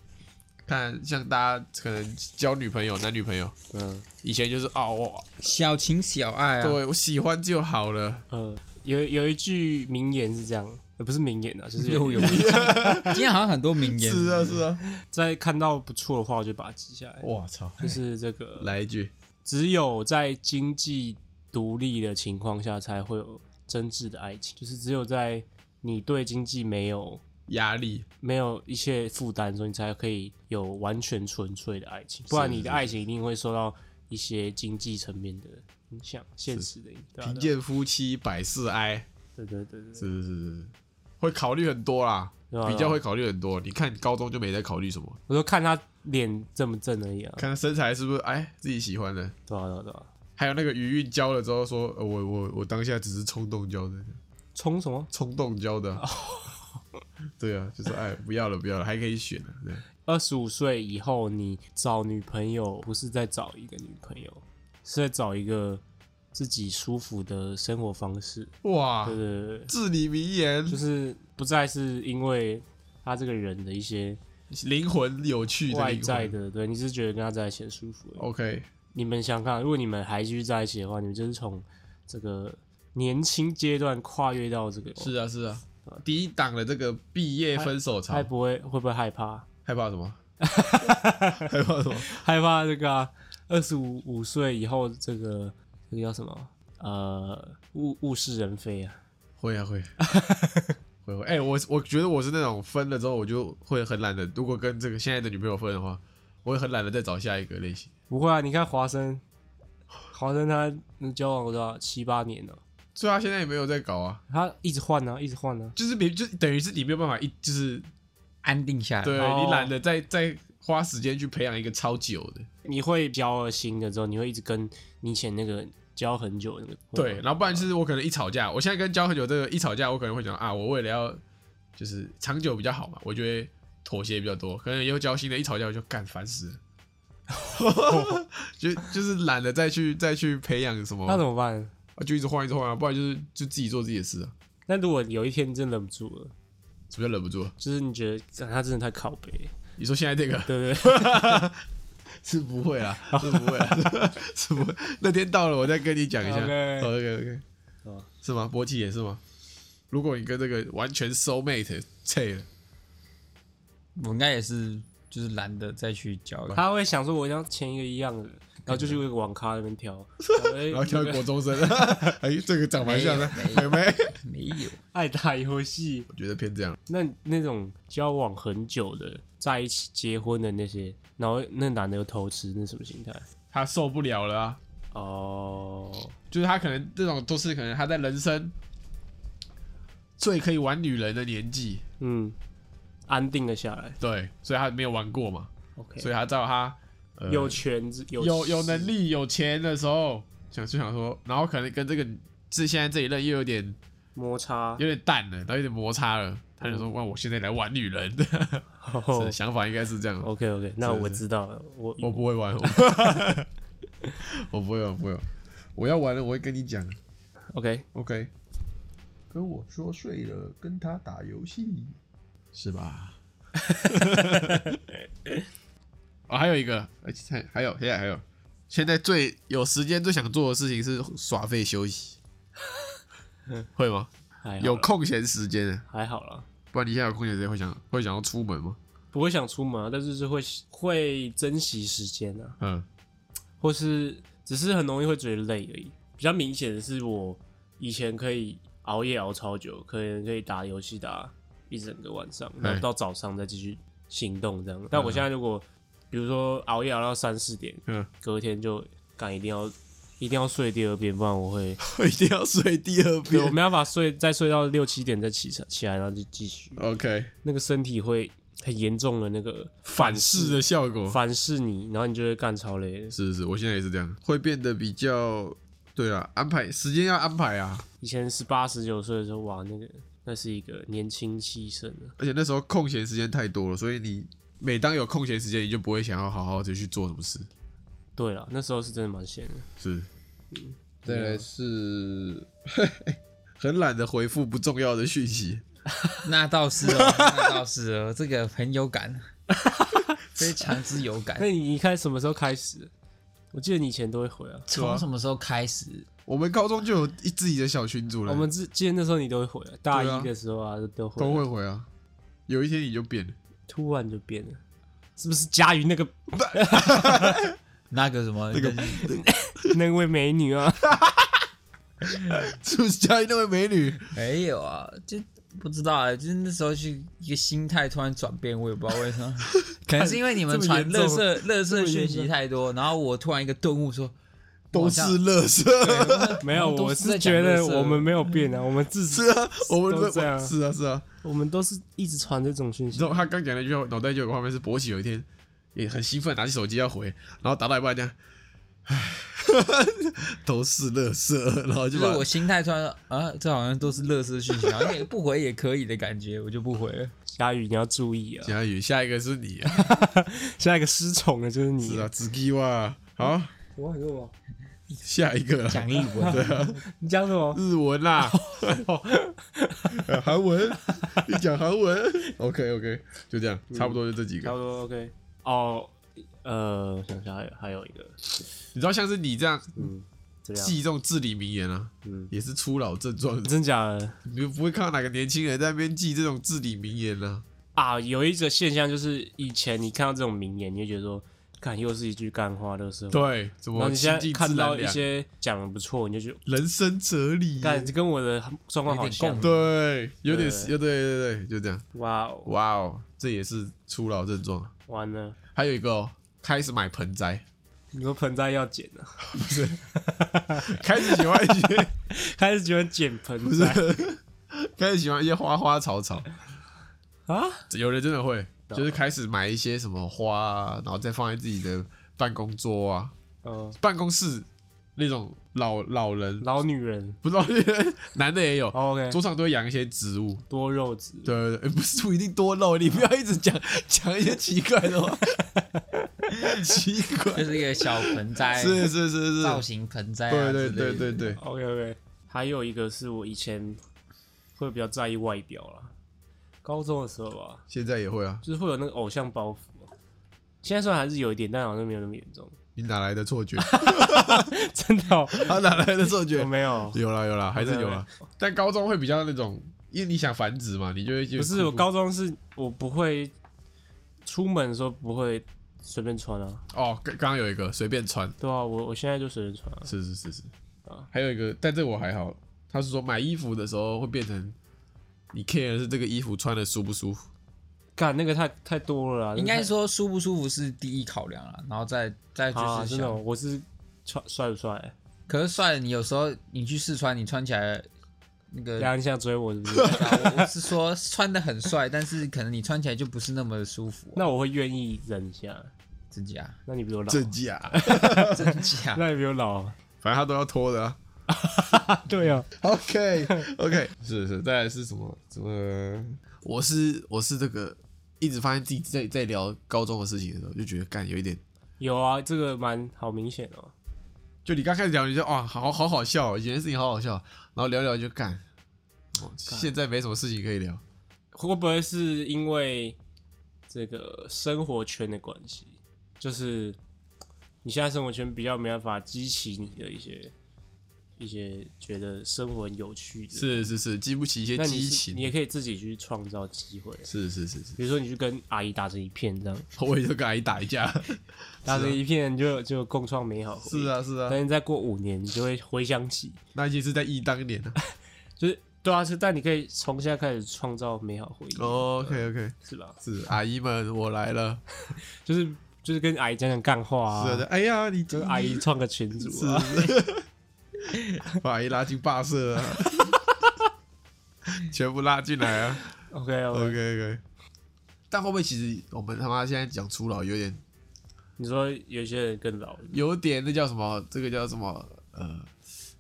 S3: 看像大家可能交女朋友、男女朋友，
S4: 嗯
S3: 以前就是哦，我
S2: 小情小爱
S4: 哎
S2: 啊。
S3: 对我喜欢就好了。
S4: 呃，有有一句名言是这样，呃、不是名言啊，就 是
S2: 又有， 今天好像很多名言。
S3: 是啊是啊，
S4: 在看到不错的话我就把它记下来，
S3: 我操！
S4: 就是这个
S3: 来一句，
S4: 只有在经济独立的情况下，才会有真挚的爱情。就是只有在你对经济没有
S3: 压力
S4: 没有一切负担的时候，你才可以有完全纯粹的爱情。不然你的爱情一定会受到一些经济层面的影响，现实的影响。
S3: 贫贱夫妻百事哀，
S4: 对啊对对对
S3: 是
S4: 对，
S3: 是是是，是会考虑很多啦
S4: 对啊，
S3: 比较会考虑很多。你看高中就没在考虑什么，
S4: 我就看他脸正不正而已啊。
S3: 看他身材是不是哎自己喜欢的，
S4: 对啊对啊对啊，
S3: 还有那个余韵交了之后说，呃我我我当下只是冲动交的，
S4: 冲什么？
S3: 冲动交的。对啊，就是哎，不要了，不要了，还可以选啊。对，
S4: 二十五岁以后，你找女朋友不是在找一个女朋友，是在找一个自己舒服的生活方式。
S3: 哇
S4: 对，对对对，
S3: 至理名言
S4: 就，是不再是因为他这个人的一些
S3: 灵魂有趣的哦
S4: 外
S3: 灵
S4: 在
S3: 魂。
S4: 的，对，你是觉得跟他在一起很舒服而已。
S3: OK，
S4: 你们想看，如果你们还继续在一起的话，你们就是从这个年轻阶段跨越到这个，
S3: 是啊，是啊，第一档的这个毕业分手潮
S4: 害，不会会不会害怕？
S3: 害怕什么？害怕什么？
S4: 害怕这个啊，二十五五岁以后，这个这个叫什么？呃，物物是人非啊，
S3: 会啊会， 会会，哎、我我觉得我是那种分了之后我就会很懒得，如果跟这个现在的女朋友分的话，我会很懒得再找下一个类型。
S4: 不会啊，你看华生，华生他嗯交往多少七八年了，
S3: 所以他现在也没有在搞啊，
S4: 他一直换啊，一直换啊。
S3: 就是别就等于是你没有办法一就是
S2: 安定下来。
S3: 对
S4: 哦
S3: 你懒得再再花时间去培养一个超久的，
S4: 你会交了新的之后，你会一直跟你以前那个交很久的那个。
S3: 对，然后不然就是我可能一吵架，我现在跟交很久这个一吵架，我可能会想啊，我为了要就是长久比较好嘛，我就会妥协比较多，可能以后交新的一吵架我就干烦死了。 就就是懒得再去再去培养什么，
S4: 那怎么办？
S3: 啊就一直换一直换啊，不然就是就自己做自己的事啊。
S4: 那如果有一天你真的忍不住了，
S3: 什么叫忍不住？
S4: 就是你觉得干他真的太靠北了，
S3: 你说现在这个
S4: 对不对？
S3: 是不会啊，是不会啊， 是不会。那天到了，我再跟你讲一下。
S4: OK
S3: OK OK，
S4: 哦
S3: 是吗？波奇也是吗？如果你跟这个完全 soul mate 脆了，
S2: 我应该也是，就是懒得再去交了。
S4: 他会想说我要前一个一样的，然后就去那个网咖那边挑，
S3: 然
S4: 然
S3: 后
S4: 后
S3: 挑
S4: 挑
S3: 国中生， 哎，这个长蛮像的，妹妹，
S2: 没有，
S4: 爱打游戏。
S3: 我觉得偏这样。
S4: 那那种交往很久的，在一起结婚的那些，然后那男的又偷吃，那什么心态？
S3: 他受不了了啊！
S4: 哦，
S3: 就是他可能这种都是可能他在人生最可以玩女人的年纪，
S4: 嗯，安定了下来。
S3: 对，所以他没有玩过嘛，
S4: OK，
S3: 所以他照他、呃、
S4: 有权之有
S3: 有有能
S4: 力，
S3: 力、有钱的时候，想就想说，然后可能跟这个这现在这一任又有点
S4: 摩擦，
S3: 有点淡了，然后有点摩擦了，他就说：“哇，我现在来玩女人。
S4: 哦
S3: 是”想法应该是这样。
S4: OK OK，那
S3: 是是
S4: 我知道了，我
S3: 我不会 玩，我我不会玩，不会玩。我要玩了，我会跟你讲。
S4: OK，
S3: OK，跟我说睡了，跟他打游戏，是 吧？啊、还有一个，而且还还有现在还有，现在最有时间最想做的事情是耍废休 息，会吗？
S4: 还好
S3: 有
S4: 啦
S3: 空闲时间，
S4: 还好啦，
S3: 不然你现在有空闲时间会想会想要出门吗？
S4: 不会想出门啊，但是是会会珍惜时间啊，
S3: 嗯，
S4: 或是只是很容易会觉得累而已。比较明显的是，我以前可以熬夜熬超久，可能可以打游戏打一整个晚上，
S3: 哎
S4: 然后到早上再继续行动这样。但我现在如果比如说熬夜熬到三四点，
S3: 嗯，
S4: 隔天就赶一定要一定要睡第二遍，不然 我会
S3: 我一定要睡第二
S4: 对我
S3: 遍。
S4: 没办法睡，再睡到六七点再起床起来，然后就继续，
S3: OK，
S4: 那个身体会很严重的那个
S3: 反噬的效果
S4: 反噬你，然后你就会干超累的。
S3: 是是，我现在也是这样，会变得比较对啊，安排时间要安排啊，
S4: 以前十八十九岁的时候，哇，那个那是一个年轻气盛啊，
S3: 而且那时候空闲时间太多了，所以你每当有空闲时间，你就不会想要好好的去做什么事。
S4: 对了，那时候是真的蛮闲的。
S3: 是，再来是 很懒得回复不重要的讯息，
S2: 那倒是哦，那倒是哦， 这个很有 感，非常之有感
S4: 那。你你看什么时候开始？我记得你以前都会回啊，
S2: 从什么时候开始？
S3: 我们高中就有一自己的小群组了，
S4: 我们之记得那时候你都会回啊，大
S3: 对啊
S4: 一的时候啊都回啊，
S3: 都会回啊。有一天你就变了，
S4: 突然就变了，是不是佳瑜那个
S2: 那个什么，那个
S4: 那位美女啊？
S3: 是不是加一那位美女？
S2: 没有啊，就不知道啊，就是那时候去一个心态突然转变，我也不知道为什 么，可能是因为你们
S4: 这么
S2: 传
S4: 严重
S2: 乐色乐色讯息太多，然后我突然一个顿悟说，
S3: 都是乐 色，
S4: 没有，
S2: 都
S4: 我
S2: 是在
S4: 是
S2: 讲
S4: 觉
S2: 垃
S4: 得
S2: 圾
S4: 我们没有变啊，我们自己
S3: 是啊， 我们
S4: 都这样
S3: 是啊是啊。
S4: 我们都是一直传这种讯
S3: 你
S4: 息
S3: 知。道他刚讲了一句话，脑袋就有个画面是博喜有一天也很兴奋，拿起手机要回，然后打到一半这样，唉，都是乐色，然后
S2: 就
S3: 就是把
S2: 我心态突然说啊，这好像都是乐色 讯息，然后也不回也可以的感觉，我就不回了。
S4: 佳宇，你要注意啊！
S3: 佳宇，下一个是你啊，
S4: 下一个失宠的就是你。
S3: 是啊，子基哇，好，
S4: 我很弱。
S3: 下一个啊
S2: 讲日 文，
S4: 你讲什么？
S3: 日文啦，呃韩文，你讲韩文，OK OK，就这样，差不多就这几
S4: 差
S3: 个
S4: 不。多 OK。哦，呃，想想还有还有一个，
S3: 你知道像是你这样
S4: 嗯，这样，
S3: 记这种至理名言啊，
S4: 嗯，
S3: 也是初老症状，
S4: 真假的
S3: 你就不会看到哪个年轻人在那边记这种至理名言啊。
S4: 啊？有一个现象就是，以前你看到这种名言，你就觉得说，看又是一句干话，乐色话。
S3: 对，怎
S4: 然
S3: 么
S4: 后你
S3: 心
S4: 现
S3: 地自
S4: 在看到
S3: 然
S4: 一
S3: 良？
S4: 些讲的不错，你就觉得
S3: 人生哲理，
S4: 干，这跟我的状况好像。
S3: 对，有点，
S4: 对
S3: 有对对对，就这样。
S4: 哇哦，
S3: 哇哦，这也是初老症状。
S4: 完了，
S3: 还有一个、哦，开始买盆 栽，
S4: 你说盆栽要剪啊了，
S3: 开始喜欢一些，
S4: 开始喜欢剪盆栽
S3: 开始喜欢一些花花草草。
S4: 啊？
S3: 有人真的会，就是开始买一些什么花、啊，然后再放在自己的办公桌啊、
S4: 嗯，
S3: 办公室那种老老人，
S4: 老女人
S3: 不知道 男的也有，
S4: 哦，OK，
S3: 桌上都会养一些植物。
S4: 多肉 子，
S3: 对对对，欸不是不一定多肉，你不要一直讲 讲一些奇怪的
S4: 哦
S3: 话，奇怪
S2: 就。是一个小盆栽，
S3: 是是是
S2: 哎造
S3: 是，
S2: 型盆栽、
S3: 对
S2: 啊
S3: 对
S2: 之类
S3: 对
S2: 的
S3: 对对，
S4: OK OK，还有一个是我以前会比较在意外表啦，高中的时候吧，
S3: 现在也会啊。
S4: 就是会有那个偶像包袱啊、现在虽然还是有一点，但好像没有那么严重。
S3: 你哪来的错觉？
S4: 真的、哦，
S3: 他哪来的错
S4: 我
S3: 觉？
S4: 没有，
S3: 有啦有啦，还是有啦。但高中会比较那种，因为你想繁殖嘛，你就会
S4: 不是我高中是我不会出门的时候不会随便穿啊，
S3: 哦，刚刚刚有一个随便穿，
S4: 对啊，我我现在就随便穿啊，
S3: 是是是是
S4: 啊
S3: 还有一个，但这个我还好。他是说买衣服的时候会变成你 care 的是这个衣服穿的舒不舒服，
S4: 干那个太太多了啦，
S2: 应该
S4: 是
S2: 说舒不舒服是第一考量啊了，然后再再就
S4: 啊，
S2: 是
S4: 真的
S2: 想
S4: 哦、我是穿帅不帅、
S2: 可是帅，你有时候你去试穿，你穿起来那个，
S4: 然后你想追我是不是？
S2: 我我是说穿的很帅，但是可能你穿起来就不是那么舒服、啊。
S4: 那我会愿意忍一下，
S2: 真假？
S4: 那你比我老，
S3: 真假？
S2: 真假？
S4: 那你比我老，
S3: 反正他都要脱的、啊。
S4: 对啊。
S3: OK OK，是是，再来是什么？什么？我是我是这个，一直发现自己在在聊高中的事情的时候，就觉得干有一点，
S4: 有啊，这个蛮好明显哦。
S3: 就你刚开始聊，你就哇，好好好笑、哦，以前的事情好好笑，然后聊聊就干，哦现在没什么事情可以聊，
S4: 会不会是因为这个生活圈的关系？就是你现在生活圈比较没办法激起你的一些一些觉得生活很有趣的，
S3: 是是是，激不起一些
S4: 那你
S3: 激
S4: 是你也
S3: 情，
S4: 可以自己去创造机会，
S3: 是是是 是，
S4: 比如说你去跟阿姨打成一片这样，
S3: 我也就跟阿姨打一 架，
S4: 打成一片就就共创美好回忆。
S3: 啊是啊是啊，
S4: 但是再过五年，你就会回想起，
S3: 那也是在忆当 年啊。
S4: 就是对啊，是但你可以从现在开始创造美好回忆，
S3: 哦 OK OK，
S4: 是吧？
S3: 是阿姨们，我来了，
S4: 就是就是跟阿姨讲讲干话啊，
S3: 是的，哎呀，你这
S4: 就是阿姨创个群组啊，
S3: 把阿姨拉进霸社 啊，全部拉进来啊。
S4: OK
S3: OK
S4: OK，
S3: OK，但会不会其实我们他妈现在讲初老有点
S4: 你说有些人更 老，
S3: 有点那叫什么？这个叫什么？呃，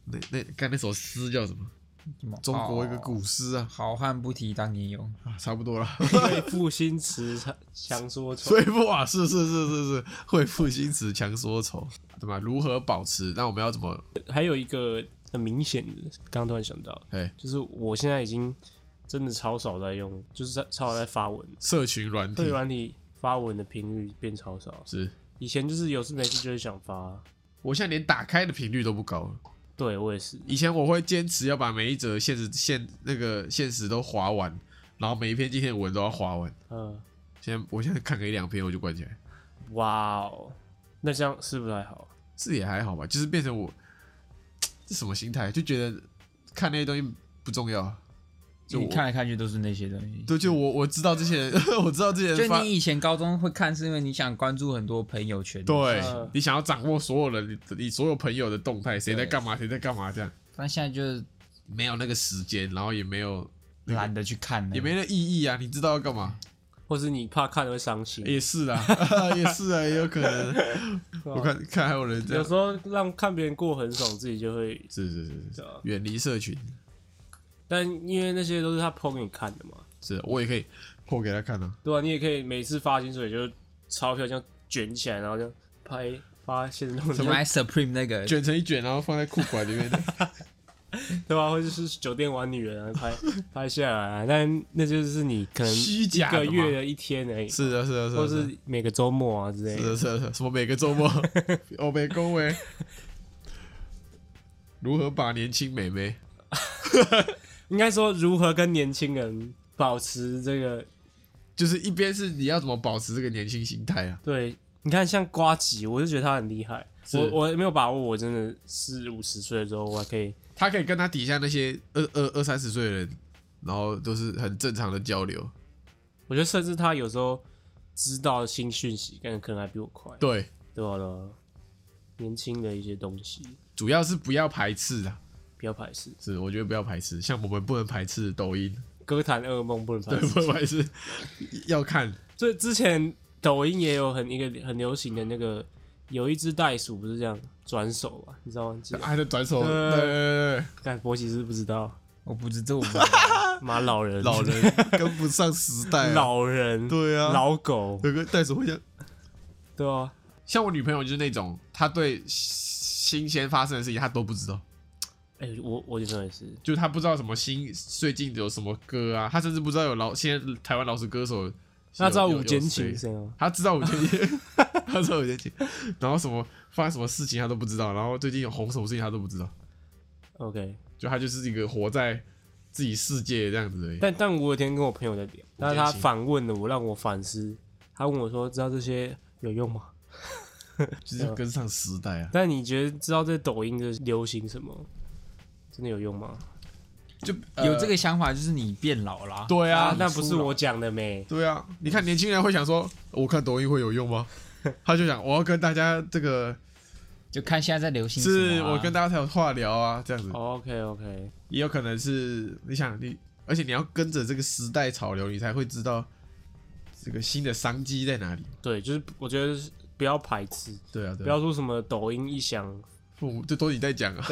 S3: 那那刚那首诗叫什么？
S2: 什么
S3: 中国一个
S2: 哦
S3: 古诗啊，
S2: 好汉不提当年勇，
S3: 啊差不多 了。
S4: 为赋新词强强说愁。
S3: 恢复啊，是是是是是，会复新词强说愁，对吧？如何保持？那我们要怎么？
S4: 还有一个很明显的，刚刚突然想到，
S3: 哎，
S4: 就是我现在已经真的超少在用，就是在超少在发文，
S3: 社群软
S4: 对
S3: 体
S4: 软体发文的频率变超少。
S3: 是，
S4: 以前就是有事没事就会想发，
S3: 我现在连打开的频率都不高了。
S4: 对我也是，
S3: 以前我会坚持要把每一则现实现那个现实都划完，然后每一篇今天的文都要划完。
S4: 嗯，
S3: 现在我现在看个一两篇我就关起来，
S4: 哇哦，那这样是不是还好？
S3: 是也还好吧，就是变成我这什么心态，就觉得看那些东西不重要。就
S2: 你
S3: 我
S2: 看来看去都是那些东西。
S3: 对，就我我知道这些人， 我知道这些人
S2: 就
S3: 发，
S2: 你以前高中会看，是因为你想关注很多朋友圈。，
S3: 对、
S2: 呃
S4: 嗯
S3: 你想要掌握所有人，你你所有朋友的动态，谁在干嘛，谁在干嘛，这样
S2: 但现在就是
S3: 没有那个时间，然后也没有
S2: 懒得去看了。
S3: 也没那意义啊，你知道要干嘛？
S4: 或是你怕看了会伤心？
S3: 也是啦， 也是啊，也有可能。 我看看还有人这
S4: 有
S3: 样，
S4: 时候让看别人过很爽，自己就会
S3: 是是是是
S4: 对啊，
S3: 远离社群，
S4: 但因为那些都是他抛给你看的嘛，
S3: 是我也可以破给他看啊。
S4: 对吧、你也可以每次发薪水就钞票这样卷起来，然后这样拍发现动
S2: 你
S4: 态，
S2: 买 Supreme 那个，
S3: 卷成一卷，然后放在裤管里面的。
S4: 对啊吧、或者是酒店玩女人啊，拍 拍下来，啊但那就是你可能
S3: 虚假
S4: 一
S3: 的嘛
S4: 个月的一天而 已，
S3: 是啊的，是的，是
S4: 或
S3: 的，是的
S4: 是每个周末啊之类
S3: 是
S4: 的。
S3: 的，是的是的，什么每个周 末，我被恭维，如何把年轻美眉？
S4: 应该说如何跟年轻人保持这个
S3: 就是一边是你要怎么保持这个年轻心态啊，
S4: 对你看像瓜吉，我就觉得他很厉害。我我没有把握，我真的四五十岁的时候，我还可以
S3: 他可以跟他底下那些二二二三十岁的人，然后都是很正常的交流。
S4: 我觉得甚至他有时候知道新讯息，但可能还比我快，
S3: 对，
S4: 对啊吧、对吧年轻的一些东西
S3: 主要是不要排斥啊，
S4: 不要排斥，
S3: 是我觉得不要排斥，像我们不能排斥抖音，
S4: 歌坛噩梦不能排
S3: 对，
S4: 斥。
S3: 不能排斥，要看
S4: 所以之前抖音也有很一个很流行的那个，有一只袋鼠不是这样转手嘛，你知道吗？记得
S3: 还的转手，哎对
S4: 对
S3: 对对对，
S4: 看博奇是不是不知道，
S2: 我不 知这我不知
S4: 妈老人
S3: 老人跟不上时 代啊，
S4: 老人
S3: 对啊，
S4: 老狗，
S3: 有个袋鼠会这样。
S4: 对啊，
S3: 像我女朋友就是那种，她对新鲜发生的事情她都不知道，
S4: 哎、我我女朋友也是，
S3: 就是她不知道什么新最近有什么歌啊，她甚至不知道有老现在台湾老师歌手有，
S4: 那知道
S3: 有
S4: 五间情
S3: 有
S4: 是
S3: 谁
S4: 谁吗？
S3: 她知道五间 情，她知道五间情，然后什么发生什么事情她都不知道，然后最近有红什么事情她都不知道，
S4: OK，
S3: 就她就是一个活在自己世界这样子而已。
S4: 但但我有一天跟我朋友在聊，但是
S3: 间
S4: 他
S3: 情
S4: 反问了我，让我反思。他问我说：“知道这些有用吗
S3: 就是要跟上时代啊？”，
S4: 但你觉得知道这抖音的流行什么，真的有用吗？
S3: 就呃
S2: 道，有这个想法就是你变老啦。
S3: 对啊，
S4: 那不是我讲的没。
S3: 对啊，你看年轻人会想说，我看抖音会有用 吗？他就想我要跟大家这个
S2: 就看现在在流行什
S3: 是
S2: 么啊
S3: 我跟大家才有话聊啊，这样子
S4: OK OK，
S3: 也有可能是你想你，而且你要跟着这个时代潮流，你才会知道这个新的商机在哪里。
S4: 对，就是我觉得是不要排斥，
S3: 对啊，
S4: 不
S3: 对啊，
S4: 要说什么抖音一响，
S3: 父母这都你在 讲啊，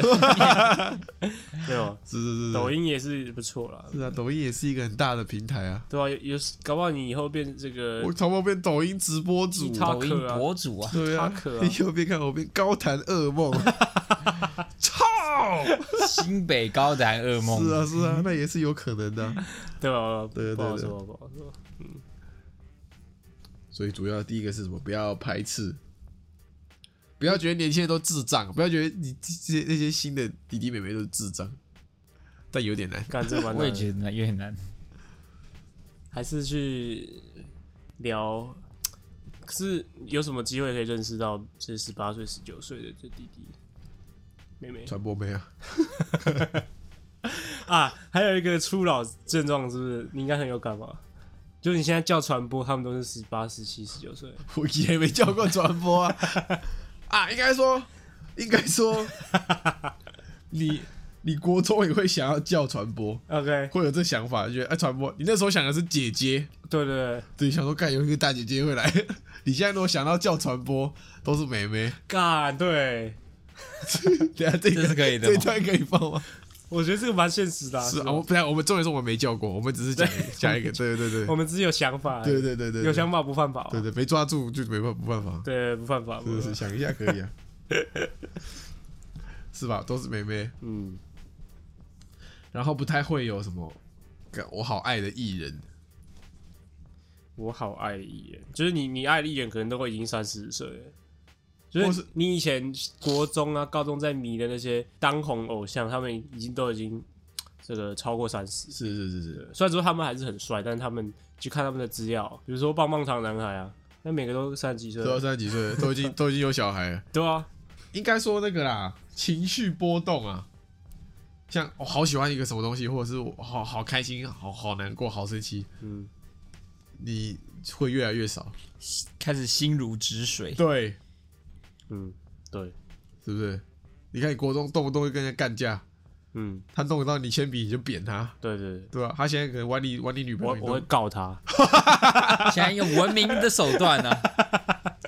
S4: 对吧？
S3: 是 是是，
S4: 抖音也是不错啦，
S3: 是啊，抖音也是一个很大的平台啊。
S4: 对吧、有有，搞不好你以后变这个
S3: 我淘宝变抖音直播主，啊
S4: TikTok
S2: 抖音博主啊，
S3: 对啊
S4: 塔克 啊，
S3: 右边看我边高谈噩梦，啊 操！
S2: 新北高谈噩梦。
S3: 啊是啊是啊，那也是有可能的啊、
S4: 对吧？
S3: 对对对
S4: 不好说，不好说。
S3: 所以主要第一个是什么？不要排斥，不要觉得年轻人都智障，不要觉得你这些那些新的弟弟妹妹都是智障，但有点难。
S4: 干这完，
S2: 我也觉得有点难。
S4: 还是去聊，可是有什么机会可以认识到这十八岁、十九岁的这弟弟妹妹
S3: 传播妹啊，
S4: 啊？还有一个初老症状是不是？你应该很有感吧？就是你现在叫传播，他们都是十八、十七、十九岁，
S3: 我也没教过传播 啊啊，应该说，应该说，你你国中也会想要叫传播，
S4: OK，
S3: 会有这想法，就觉得哎传播，你那时候想的是姐姐，
S4: 对对对，
S3: 对，想说干有一个大姐姐会来， 你现在如果想到叫传播都是妹 妹，
S4: 干对，
S3: 等一下这个
S2: 这是可以的
S3: 这一
S2: 吗
S3: 段可以放吗？
S4: 我觉得这个蛮现实的啊、
S3: 是
S4: 吧
S3: 啊，我不然我们重点是我们没叫过，我们只是讲讲一 个，对对对
S4: 我们只是有想法而已，
S3: 对对对对，
S4: 有想法不犯法啊、
S3: 对对没抓住就没办没办法，
S4: 对不犯法，不
S3: 是
S4: 犯
S3: 是
S4: 法
S3: 想一下可以 啊，是吧？都是妹妹，
S4: 嗯，
S3: 然后不太会有什么，干我好爱的艺人，
S4: 我好爱艺人，就是你你爱的艺人可能都会已经三四十岁了，就
S3: 或
S4: 是
S3: 是
S4: 你以前国中啊、高中在迷的那些当红偶像，他们已经都已经这个超过三十。
S3: 是是是是，
S4: 虽然说他们还是很帅，但是他们去看他们的资料，比如说棒棒糖男孩啊，那每个都三十几岁
S3: 啊
S4: 了，
S3: 都要三十几岁 了，都已经都已经有小孩了，
S4: 对啊，
S3: 应该说那个啦，情绪波动啊。像我好喜欢一个什么东西，或者是我好好开心、好好难过、好生气，
S4: 嗯，
S3: 你会越来越少。
S2: 开始心如 止水，
S3: 对，
S4: 嗯，对，
S3: 是不是？你看你国中动不动就跟人家干架，
S4: 嗯，
S3: 他弄得到你铅笔你就扁他，
S4: 对对对，
S3: 对吧、他现在可能玩你玩你女朋友，
S4: 我
S3: 你
S4: 我会
S3: 都
S4: 告他，
S2: 现在用文明的手段呢、啊。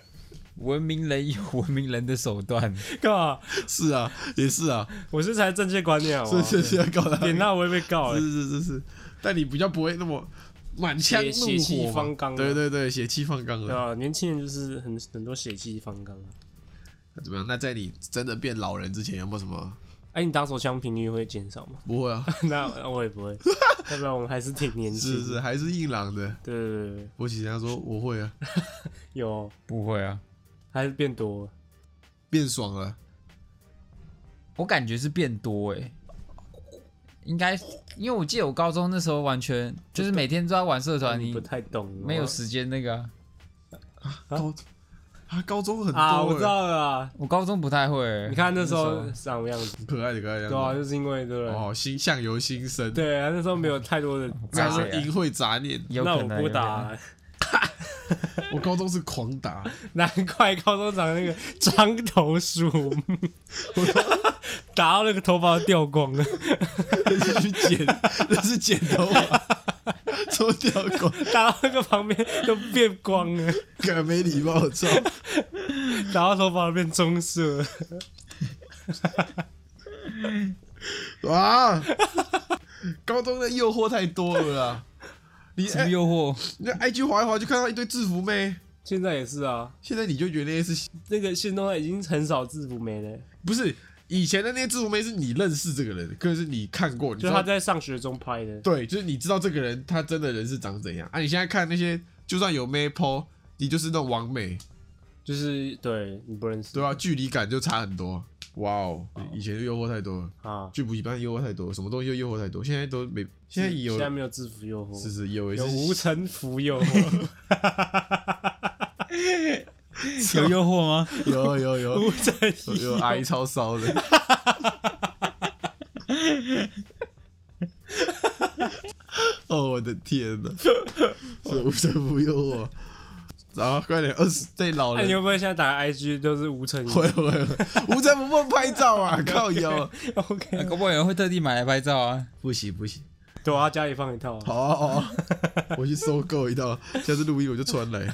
S2: 文明人有文明人的手段，
S4: 干嘛？
S3: 是 啊，也是啊，
S4: 我是才正确观念好不好
S3: 是是是要告他，
S4: 点到我会被告、欸，
S3: 是是是是，但你比较不会那么满腔
S4: 血血气
S3: 怒火嘛
S4: 方刚啊
S3: 对对对，血气方刚
S4: 对
S3: 了。
S4: 啊，年轻人就是很很多血气方刚啊。
S3: 那怎么样？那在你真的变老人之前，有没有什么？
S4: 哎、你打手枪频率会减少吗？
S3: 不会啊，
S4: 那那我 也不会，要不然我们还 是挺年轻。
S3: 是是，还是硬朗的。
S4: 对对对对，
S3: 我起他说我会啊，
S4: 有
S2: 不会啊，
S4: 还是变多了。
S3: 变爽了，
S2: 我感觉是变多哎、应该因为我记得我高中那时候完全就是啊每天都在玩社团，
S4: 你
S2: 你
S4: 不太懂，
S2: 没有时间那个啊、
S3: 高啊，高中很多
S4: 啊，我知
S3: 欸
S4: 道了啊。
S2: 我高中不太会欸
S4: 你，看那时候长什么样子？
S3: 很可爱的可爱的
S4: 对啊，
S3: 样子，
S4: 就是因为对不对？
S3: 嗯哦，心相由心生，
S4: 对啊啊，那时候没有太多的
S3: 这样
S2: 杂
S3: 是
S2: 念
S3: 淫秽杂念。
S2: 有
S4: 那
S2: 可
S4: 我
S2: 能
S4: 不
S2: 有可
S4: 打
S2: 能
S4: 啊，
S3: 我高中是狂打，
S4: 难怪高中长那个张头鼠目，打到那个头发都掉光了，
S3: 那是去剪， 那是剪头发，抽掉光，
S4: 打到那个旁边都变光了，
S3: 干没礼貌，我操！
S4: 打到头发都变棕色了。
S3: 啊，高中的诱惑太多了啦。你
S2: 什么
S3: 哎，
S2: 诱惑？
S3: 你 IG 滑一滑就看到一堆制服妹，
S4: 现在也是啊，
S3: 现在你就觉得那些是
S4: 那个现在已经很少制服没了，
S3: 不是以前的那些制服妹是你认识这个人，可是你看过，你知
S4: 就
S3: 道
S4: 他在上学中拍的。
S3: 对，就是你知道这个人他真的人是长怎样啊？你现在看那些，就算有妹 po，你就是那种完美，
S4: 就是对你不认识
S3: 对啊吧、距离感就差很多。哇哦，以前的诱惑太多了，
S4: 啊，
S3: 就补习班诱惑太多，什么东西都诱惑太多，现在都没，现在有
S4: 现在没有制服诱惑，
S3: 是是有也
S4: 有
S3: 是
S4: 无尘服 诱惑，
S2: 有诱惑吗？
S3: 有有有
S4: 无 尘
S3: 有有阿姨超骚的，哦我的天哪，是无神不诱惑，然后快点二十对老
S4: 那
S3: 人
S4: 你会不会现在打 IG 都是无尘
S3: 会会会，无尘不碰拍照啊，靠腰，
S4: ？OK，
S2: 啊 搞不好有人会特地买来拍照啊。
S3: 不行不行，
S4: 对啊，家里放一套啊。
S3: 好啊好啊，我去收购一套，下次录音我就穿来。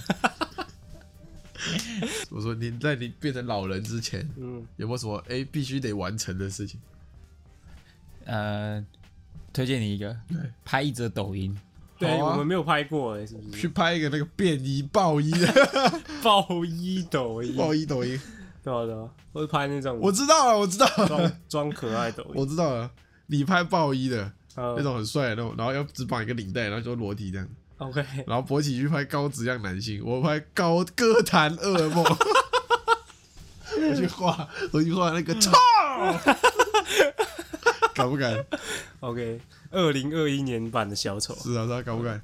S3: 我说你在你变成老人之前，
S4: 嗯，
S3: 有没有什么哎、必须得完成的事情？
S2: 呃，推荐你一个，拍一则抖音，
S4: 对，
S3: 好啊
S4: 我们没有拍过哎，是不
S3: 去
S4: 是？
S3: 拍一个那个便衣暴衣的
S4: 爆衣抖音，
S3: 暴衣抖音，
S4: 对啊对啊，会拍那种
S3: 我知道了，我知道了，
S4: 装装可爱抖
S3: 我
S4: 音，嗯
S3: 知道了。你拍暴衣的那
S4: 那
S3: 种很帅的那种，然后要只绑一个领带，然后就裸体这样，
S4: OK，
S3: 然后勃起去拍高质量男性，我拍高歌坛噩梦， 我去画，我去画那个操， 敢不敢？
S4: OK，二零二一年版的小丑，
S3: 是啊，是啊，敢不敢？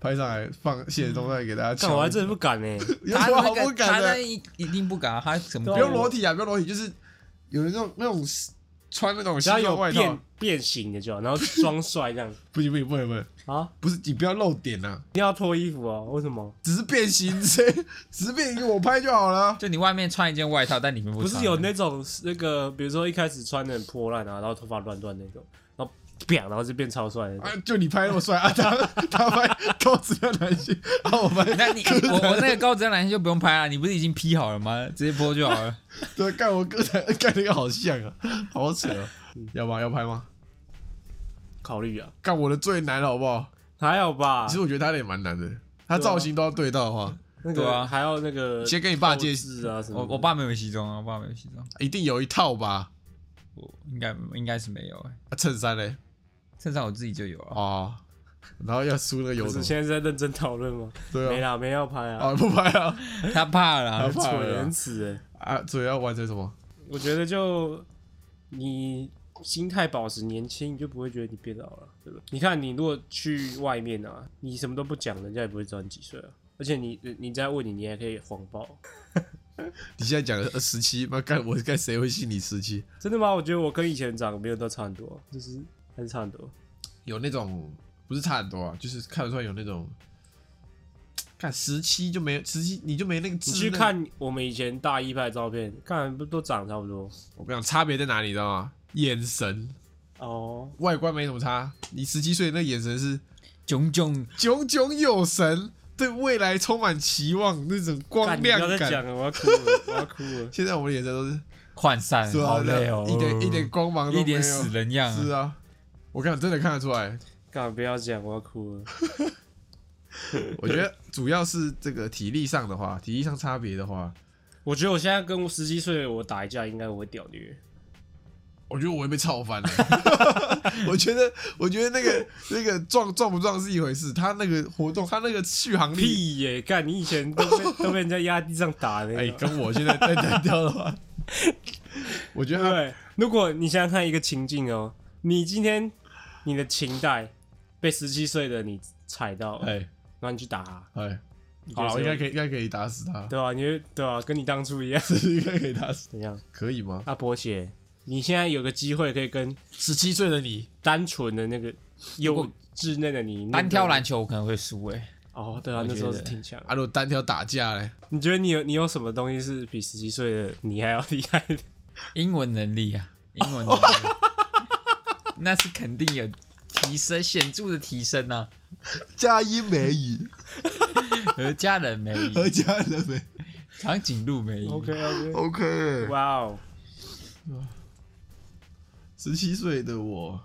S3: 拍上来放现实动态给大家
S4: 看
S3: 瞧，
S4: 我还真的不敢哎，
S3: 有
S2: 他
S3: 什么好
S2: 那
S3: 不
S2: 个他
S3: 敢
S2: 那
S3: 的？
S2: 一一定不敢啊，他怎么
S4: 对
S3: 不
S4: 啊
S3: 用裸体啊，不用裸体，就是有那种那种穿那种西
S4: 只要
S3: 装
S4: 有
S3: 外套
S4: 变，变形的就好，然后装帅这样
S3: 不行不行不行不行，
S4: 啊，
S3: 不是你不要露点啊，
S4: 一定要脱衣服啊？为什么？
S3: 只是变形，谁只是变形给我拍就好了。
S2: 就你外面穿一件外套，但里面不
S4: 不
S2: 穿啊
S4: 是有 那种那个，比如说一开始穿的很破烂啊，然后头发乱乱那种，然后啪，然后就变超帅的那种。
S3: 啊！就你拍那么帅啊，他他拍高质量男性，然后我拍
S2: 那你我我那个高质量男性就不用拍啊了，你不是已经 P 好了吗？直接播就好了。
S3: 对，干我刚才干那个好像啊，好扯啊！
S4: 嗯
S3: 要吗？要拍吗？
S4: 考虑啊，
S3: 干我的最难了好不好？
S4: 还好吧
S3: 其？实我觉得他的也蛮难的，
S4: 啊
S3: 他造型都要对到的话，
S4: 那个
S2: 对啊
S4: 还要那个
S3: 先跟你爸借
S4: 借，制呃啊什么
S2: 我
S4: 的。
S2: 我爸没有西装啊，我爸没有西装，
S3: 一定有一套吧？
S2: 我应该应该是没有哎、
S3: 啊衬衫嘞，
S2: 衬衫我自己就有啊。
S3: 哦，然后要梳那个油
S4: 不
S3: 头
S4: 是，现在是在认真讨论吗？没
S3: 对啊，
S4: 啦，没要拍啊，
S3: 啊不拍啊，
S2: 他怕哦了啊，
S3: 他怕
S4: 蠢
S3: 了
S4: 仁慈欸。
S3: 啊，所以要完成什么？
S4: 我觉得就你心态保持年轻，你就不会觉得你变老了，对吧？你看你如果去外面啊，你什么都不讲，人家也不会知道你几岁啊。而且你你在问你，你还可以谎报，
S3: 你现在讲的十七，妈干我干谁会信你十七？
S4: 真的吗？我觉得我跟以前长得没有都差很多，就是还是差很多。
S3: 有那种不是差很多啊，就是看得出来有那种，看十七就没十七，你就没那个
S4: 你
S3: 稚
S4: 去
S3: 嫩
S4: 看我们以前大一拍的照片，看不都长得差不多
S3: 我跟你讲，差别在哪里，你知道吗？眼神
S4: 哦。
S3: 外观没什么差，你十七岁那眼神是
S2: 炯炯
S3: 炯炯有神，对未来充满期望那种光
S4: 干你不
S3: 亮
S4: 要再
S3: 感。。
S4: 讲了，我要哭了，我要哭 了
S3: 现在我们的眼神都是
S2: 涣散，
S3: 是啊
S2: 好累哦，
S3: 一点一点光芒都没有，
S2: 一点死人样、
S3: 是
S2: 啊。
S3: 啊。我跟你讲，真的看得出来。
S4: 干不要讲，我要哭了。
S3: 我觉得主要是这个体力上的话，体力上差别的话，
S4: 我觉得我现在跟十七岁的我打一架，应该我会屌虐。
S3: 我觉得我会被操 翻了。我觉得，我觉得那个那个撞撞不撞是一回事，他那个活动，他那个续航力，
S4: 屁耶！干你以前都 被都被人家压地上打的、
S3: 哎、
S4: 那个
S3: 跟我现在在单挑的 话，我觉
S4: 对
S3: 得
S4: 不
S3: 他
S4: 对。如果你想想看一个情境哦，你今天你的琴带被十七岁的你踩到，
S3: 哎
S4: 然后你去打他，
S3: 哎好了，我应该可
S4: 以，
S3: 以，应该可以打死他，
S4: 对啊，你会对啊，跟你当初一样，
S3: 应该可以打死，
S4: 怎样？
S3: 可以吗？
S4: 阿啊伯姐，你现在有个机会可以跟
S3: 十七岁的你，
S4: 单纯的那个幼稚嫩的你
S2: 单挑篮
S4: 球。
S2: 球我可能会输哎、
S4: 哦，对啊，
S2: 我
S4: 那时候
S2: 觉
S4: 是
S2: 得
S4: 挺强。
S3: 啊，如果单挑打架嘞，
S4: 你觉得你有你有什么东西是比十七岁的你还要厉害 的？
S2: 英文能力啊， 英文能力，那是肯定有提升，显著的提升啊呐、
S3: 加一美语
S2: 啊。何家人没赢，
S3: 和 加人美
S2: 长颈鹿没赢
S4: OK，
S3: ，OK，
S4: 哇哦，
S3: 十七岁的我，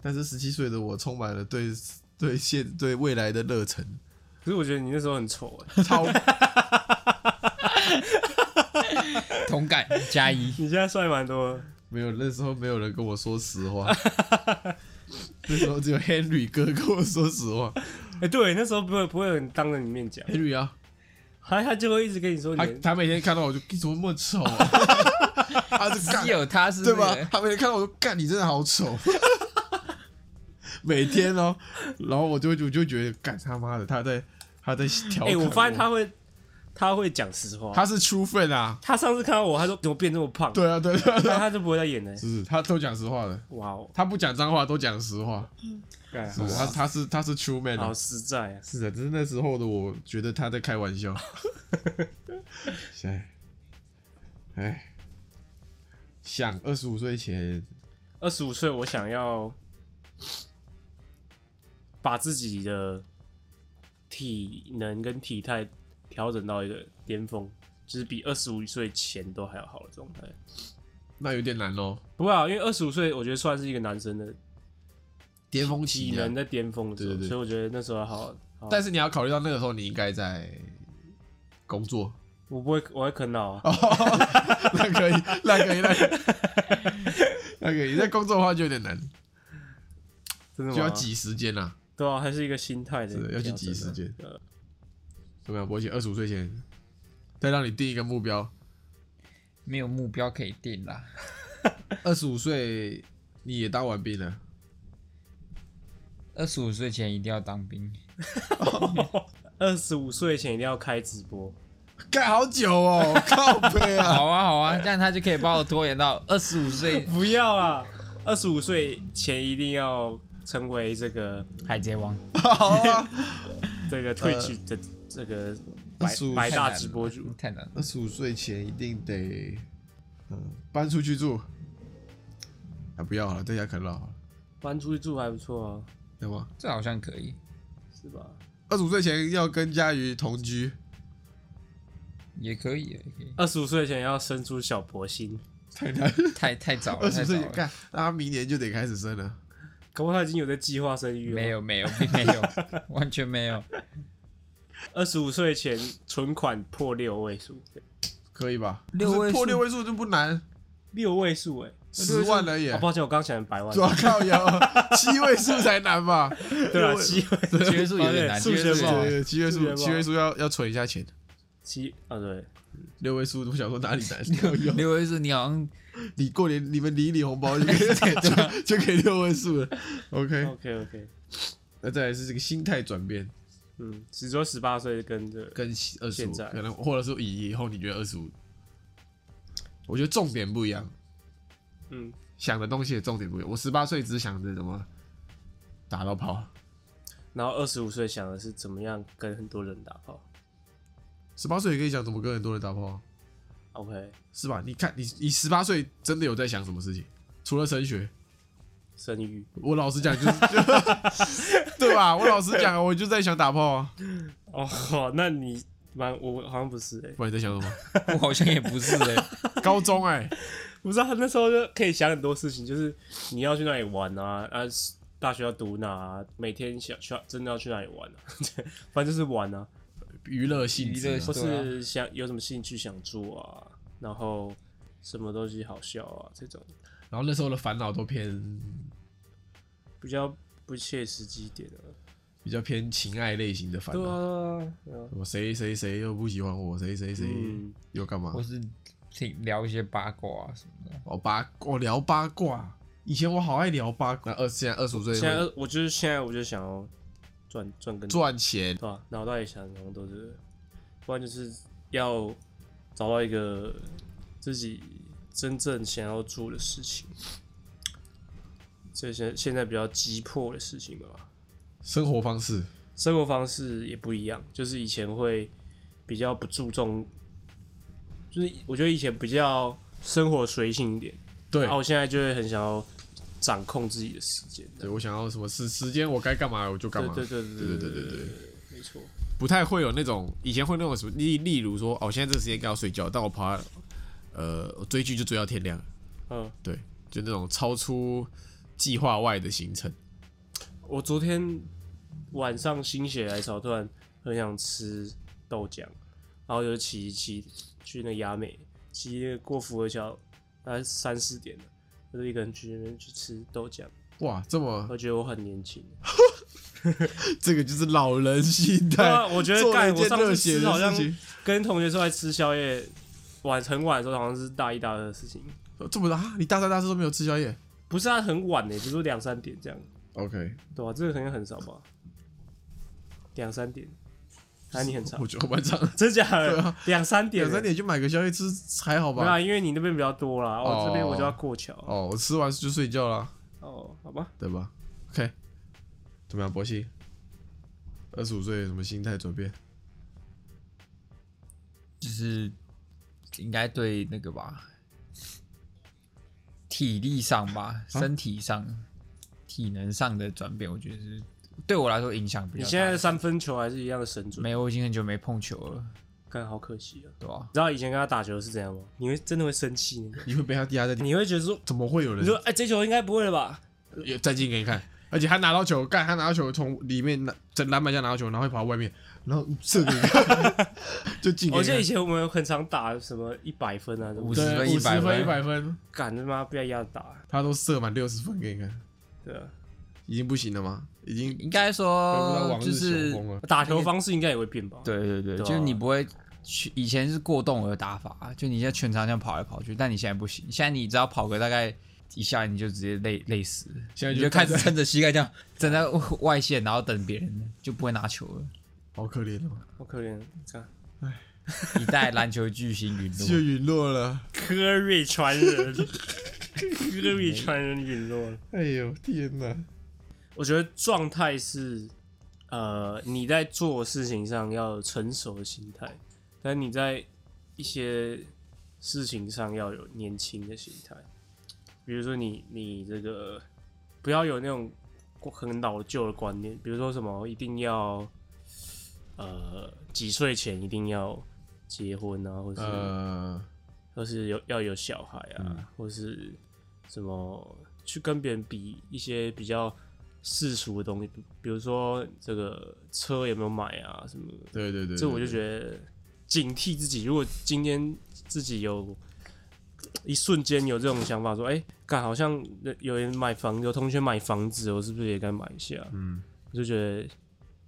S3: 但是十七岁的我充满了对对现对未来的热 忱，
S4: 可是我觉得你那时候很丑哎，
S3: 超
S2: 同感加 一。
S4: 你现在帅蛮多的。
S3: 没有那时候没有人跟我说实 话，那时候只有 Henry 哥跟我说实话
S4: 哎，对，那时候不会不会有人当着你面讲，
S3: ，Henry 啊。
S4: 他他就会一直跟你说
S3: 他
S4: 你
S3: 他每天看到我就你怎么那么丑、 啊，他就干
S2: 只有他是、那
S3: 对
S2: 个、
S3: 吧？他每天看到我说干你真的好丑， 每天哦，然后我就我就觉得干他妈的他在他在调
S4: 哎，
S3: 侃
S4: 我发现他会他会讲实话。
S3: 他是 true fan 啊，
S4: 他上次看到我，他说怎么变这么胖？
S3: 对啊对啊对啊对
S4: 那
S3: 啊，
S4: 他就不会再演了。欸
S3: 是他都讲实话的，
S4: 哇哦，
S3: 他不讲脏话都讲实话，
S4: 干
S3: 是
S2: 啊
S3: 他他是他是 true man 啊
S4: 好，实在啊！
S3: 是的，只是那时候的我觉得他在开玩笑， 哎哎，想二十五岁前
S4: 二十五岁，我想要把自己的体能跟体态调整到一个巅峰，就是比二十五岁前都还要好的状态。
S3: 那有点难喽，
S4: 不过啊，因为二十五岁，我觉得算是一个男生的
S3: 巅峰
S4: 体
S3: 啊
S4: 能在巅峰的时候，
S3: 对对对
S4: 所以我觉得那时候要好好。好
S3: 但是你要考虑到那个时候你应该在工作，
S4: 我不会，我会啃老
S3: 哦
S4: 啊。
S3: 那可以，那可以，那可以，那可以。在工作的话就有点难，
S4: 真的
S3: 就
S4: 吗？
S3: 要挤时间啦。
S4: 对啊，还是一个心态的
S3: 是
S4: 调整
S3: 的
S4: 啊，
S3: 要去挤时间
S4: 对啊
S3: 怎么样，博姐？二十五岁前，再让你定一个目标。
S2: 没有目标可以定啦。
S3: 二十五岁你也当完兵了，
S2: 二十五岁前一定要当 兵，
S4: 二十五岁前一定要开直播，
S3: 干好久 哦，靠背啊！
S2: 好啊好啊，这样他就可以把我拖延到二十五岁
S4: 不要啊！二十五岁前一定要成为这个
S2: 海贼王。
S3: 好啊，
S4: 这
S2: 呃
S4: 个 Twitch 的这个百
S3: 25
S4: 百大
S2: 太难
S4: 直
S2: 了
S4: 播主，
S2: 太难了，
S3: 二十五岁前一定得，嗯，搬出去住。啊，不要好了，在家啃老好了，
S4: 搬出去住还不错啊，
S3: 对吗？
S2: 这好像可以，
S4: 是吧？
S3: 二十五岁前要跟佳瑜同居。
S2: 也可以，也可以。
S4: 二十五岁前要生出小婆心，
S2: 太太早
S3: 二
S2: 了，
S3: 十
S2: 哦太早
S3: 岁前
S2: 了。
S3: 干，那他明年就得开始生了。
S4: 可不，他已经有在计划生育了。
S2: 没，有没有并没 有，完全没有。
S4: 二十五岁前存款破六位数，
S3: 可以吧？
S2: 六位数
S3: 不是破六位数就不难，
S4: 六位数哎、
S3: 十万而已
S4: 哦，。抱歉，我刚想成百万
S2: 啊
S3: 主。要靠摇， 七位数才难吧？
S4: 对啊，七位
S2: 七位数有点难，
S4: 对数学
S2: 啊七位数
S4: 不
S2: 有
S4: 好
S2: 点
S3: 对，
S2: 难
S3: 对七位
S4: 数学
S3: 数，
S4: 不好
S3: 七位数要要存一下钱。
S4: 七啊，对，
S3: 六位数，我想说哪里难？六有
S2: 六位数你好像
S3: 你过年你们领一领红包 就可以就就可以六位数了。OK，
S4: OK OK，
S3: 那再来是这个心态转变，
S4: 嗯，只说十八岁跟这个
S3: 跟二十五
S4: 现在
S3: 可能，或者说以以后你觉得二十五，我觉得重点不一样，
S4: 嗯，
S3: 想的东西也重点不一样。我十八岁只想着怎么打到炮，
S4: 然后二十五岁想的是怎么样跟很多人打炮。
S3: 十八岁也可以想怎么跟很多人打炮啊。
S4: OK，
S3: 是吧？你看，你你十八岁真的有在想什么事情？除了升学，
S4: 生育
S3: 我老实讲就是， 对吧？我老实讲，我就在想打炮啊。
S4: 哦，那你蛮我好像不是哎、
S3: 不然你在想什么？
S2: 我好像也不是哎，
S3: 高中哎、
S4: 不知道他那时候就可以想很多事情，就是你要去哪里玩啊，啊，大学要读哪、啊，每天想去真的要去哪里玩啊， 反正就是玩啊，
S3: 娱乐性质
S2: 娱乐
S3: 啊
S2: 性
S4: 或
S2: 质对啊
S4: 是想有什么兴趣想做啊，然后什么东西好笑啊，这种
S3: 然后那时候的烦恼都偏
S4: 比较不切实际一点啊的、
S3: 比较偏情爱类型的烦
S4: 对
S3: 恼，
S4: 啊，对啊
S3: 什么谁谁谁又不喜欢我，谁谁谁
S4: 嗯，
S3: 又干嘛
S2: 我？是挺聊一些八卦啊什么的。
S3: 哦八，我聊八啊卦。以前我好爱聊八卦，那二现在二十五岁
S4: 现在
S3: 会，
S4: 二我就是现在我就想要赚赚更多，
S3: 赚钱
S4: 对吧、脑袋里想的好像都是，不然就是要找到一个自己真正想要做的事情，这些现在比较急迫的事情吧。
S3: 生活方式，
S4: 生活方式也不一样，就是以前会比较不注重，就是我觉得以前比较生活随性一点，
S3: 对
S4: 然后我现在就会很想要掌控自己的时间，
S3: 对我想要什么时时间，我该干嘛我就干
S4: 对
S3: 嘛，
S4: 对对对
S3: 对对对对
S4: 没错，
S3: 不太会有那种以前会那种什么，例例如说，哦，我现在这个时间该要睡觉，但我跑到，呃，我追剧就追到天亮，
S4: 嗯，
S3: 对，就那种超出计划外的行程，
S4: 我昨天晚上心血来潮，突然很想吃豆浆，然后就骑骑去那雅美，骑那个过福和桥，大概三四点了，我就一个人去那边去吃豆浆，
S3: 哇，这么
S4: 我觉得我很年轻。
S3: 这个就是老人心
S4: 对
S3: 态
S4: 啊，，我觉得
S3: 做了
S4: 干
S3: 一
S4: 我
S3: 件
S4: 上
S3: 热
S4: 次
S3: 血
S4: 吃好
S3: 的
S4: 像
S3: 事情，
S4: 跟同学出来吃宵夜，晚很晚的时候好像是大一大二的事情，
S3: 这么啊，你大三大四都没有吃宵夜
S4: 不是啊，很晚呢、欸，就是两三点这样，
S3: ？OK，
S4: 对吧、啊这个可能很少吧，两 三点，啊，你很长
S3: 我，觉得蛮长的，
S4: 真假
S3: 对
S4: 的
S3: 啊？
S4: 两三点欸，
S3: 两三点就买个宵夜吃还好
S4: 没有
S3: 吧？
S4: 啊，因为你那边比较多啦，我这边
S3: 哦
S4: 我就要过桥，
S3: 哦，我吃完就睡觉啦，
S4: 哦，好吧，
S3: 对吧？OK，怎么样，博西？二十五岁有什么心态转变？
S2: 就是应该对那个吧，体力上
S3: 啊
S2: 吧，身体上、体能上的转变，我觉得是对我来说影响比
S4: 你
S2: 较大。
S4: 现在三分球还是一样的神啊准，
S2: 没有，我已经很久没碰球了，
S4: 看好可惜啊。
S2: 对吧、
S4: 你知道以前跟他打球是怎样吗？你会真的会生气呢，
S3: 你会被他压在地，
S4: 你会觉得说，
S3: 怎么会有人
S4: 你说哎、这球应该不会了吧？
S3: 有站呃进给你看，而且他拿到球，干他拿到球从里面拿在篮板下拿到球，然后会跑到外面，然后射给你看， 就进给
S4: 我
S3: 你
S4: 记得以
S3: 看。
S4: 前我们很常打什么一百分啊，什么
S2: 五
S3: 对，五十
S2: 50分100
S3: 分、一
S2: 分
S3: 百分，
S4: 敢他妈被压打，
S3: 他都射满六十分给你看，
S4: 对啊，
S3: 已经不行了吗？已经
S2: 应该
S3: 回不到
S2: 说
S3: 往
S2: 哦就
S3: 日
S2: 是
S3: 雄风了。
S4: 打球方式应该也会变吧？，
S2: 对对对，
S4: 对啊
S2: 就是你不会去，以前是过动的打法，就你现在全场这样跑来跑去，但你现在不行，现在你只要跑个大概一下，你就直接累累死了，
S3: 现在
S2: 你
S3: 就
S2: 就开始
S3: 站在
S2: 撑着膝盖这样站在外线，然后等别人，就不会拿球了。
S3: 好可怜哦，
S4: 好可怜，看
S2: 一代篮球巨星 陨
S3: 就
S2: 落，
S3: 陨落了。
S4: 科瑞传 人，科瑞传人陨落了。
S3: 哎呦天哪！
S4: 我觉得状态是，呃，你在做事情上要有成熟的心态，但你在一些事情上要有年轻的心态。比如说你你这个不要有那种很老旧的观念，比如说什么一定要，呃，几岁前一定要结婚啊，或者是、
S3: 呃，
S4: 或是有要有小孩啊，或是什么去跟别人比一些比较世俗的东西，比比如说这个车有没有买啊什么的，
S3: 对对对，
S4: 这我就
S3: 得
S4: 觉得警惕自己。如果今天自己有一瞬间有这种想法，说哎，干、好像有人买房，有同学买房子，我是不是也该买一下？嗯，我就觉得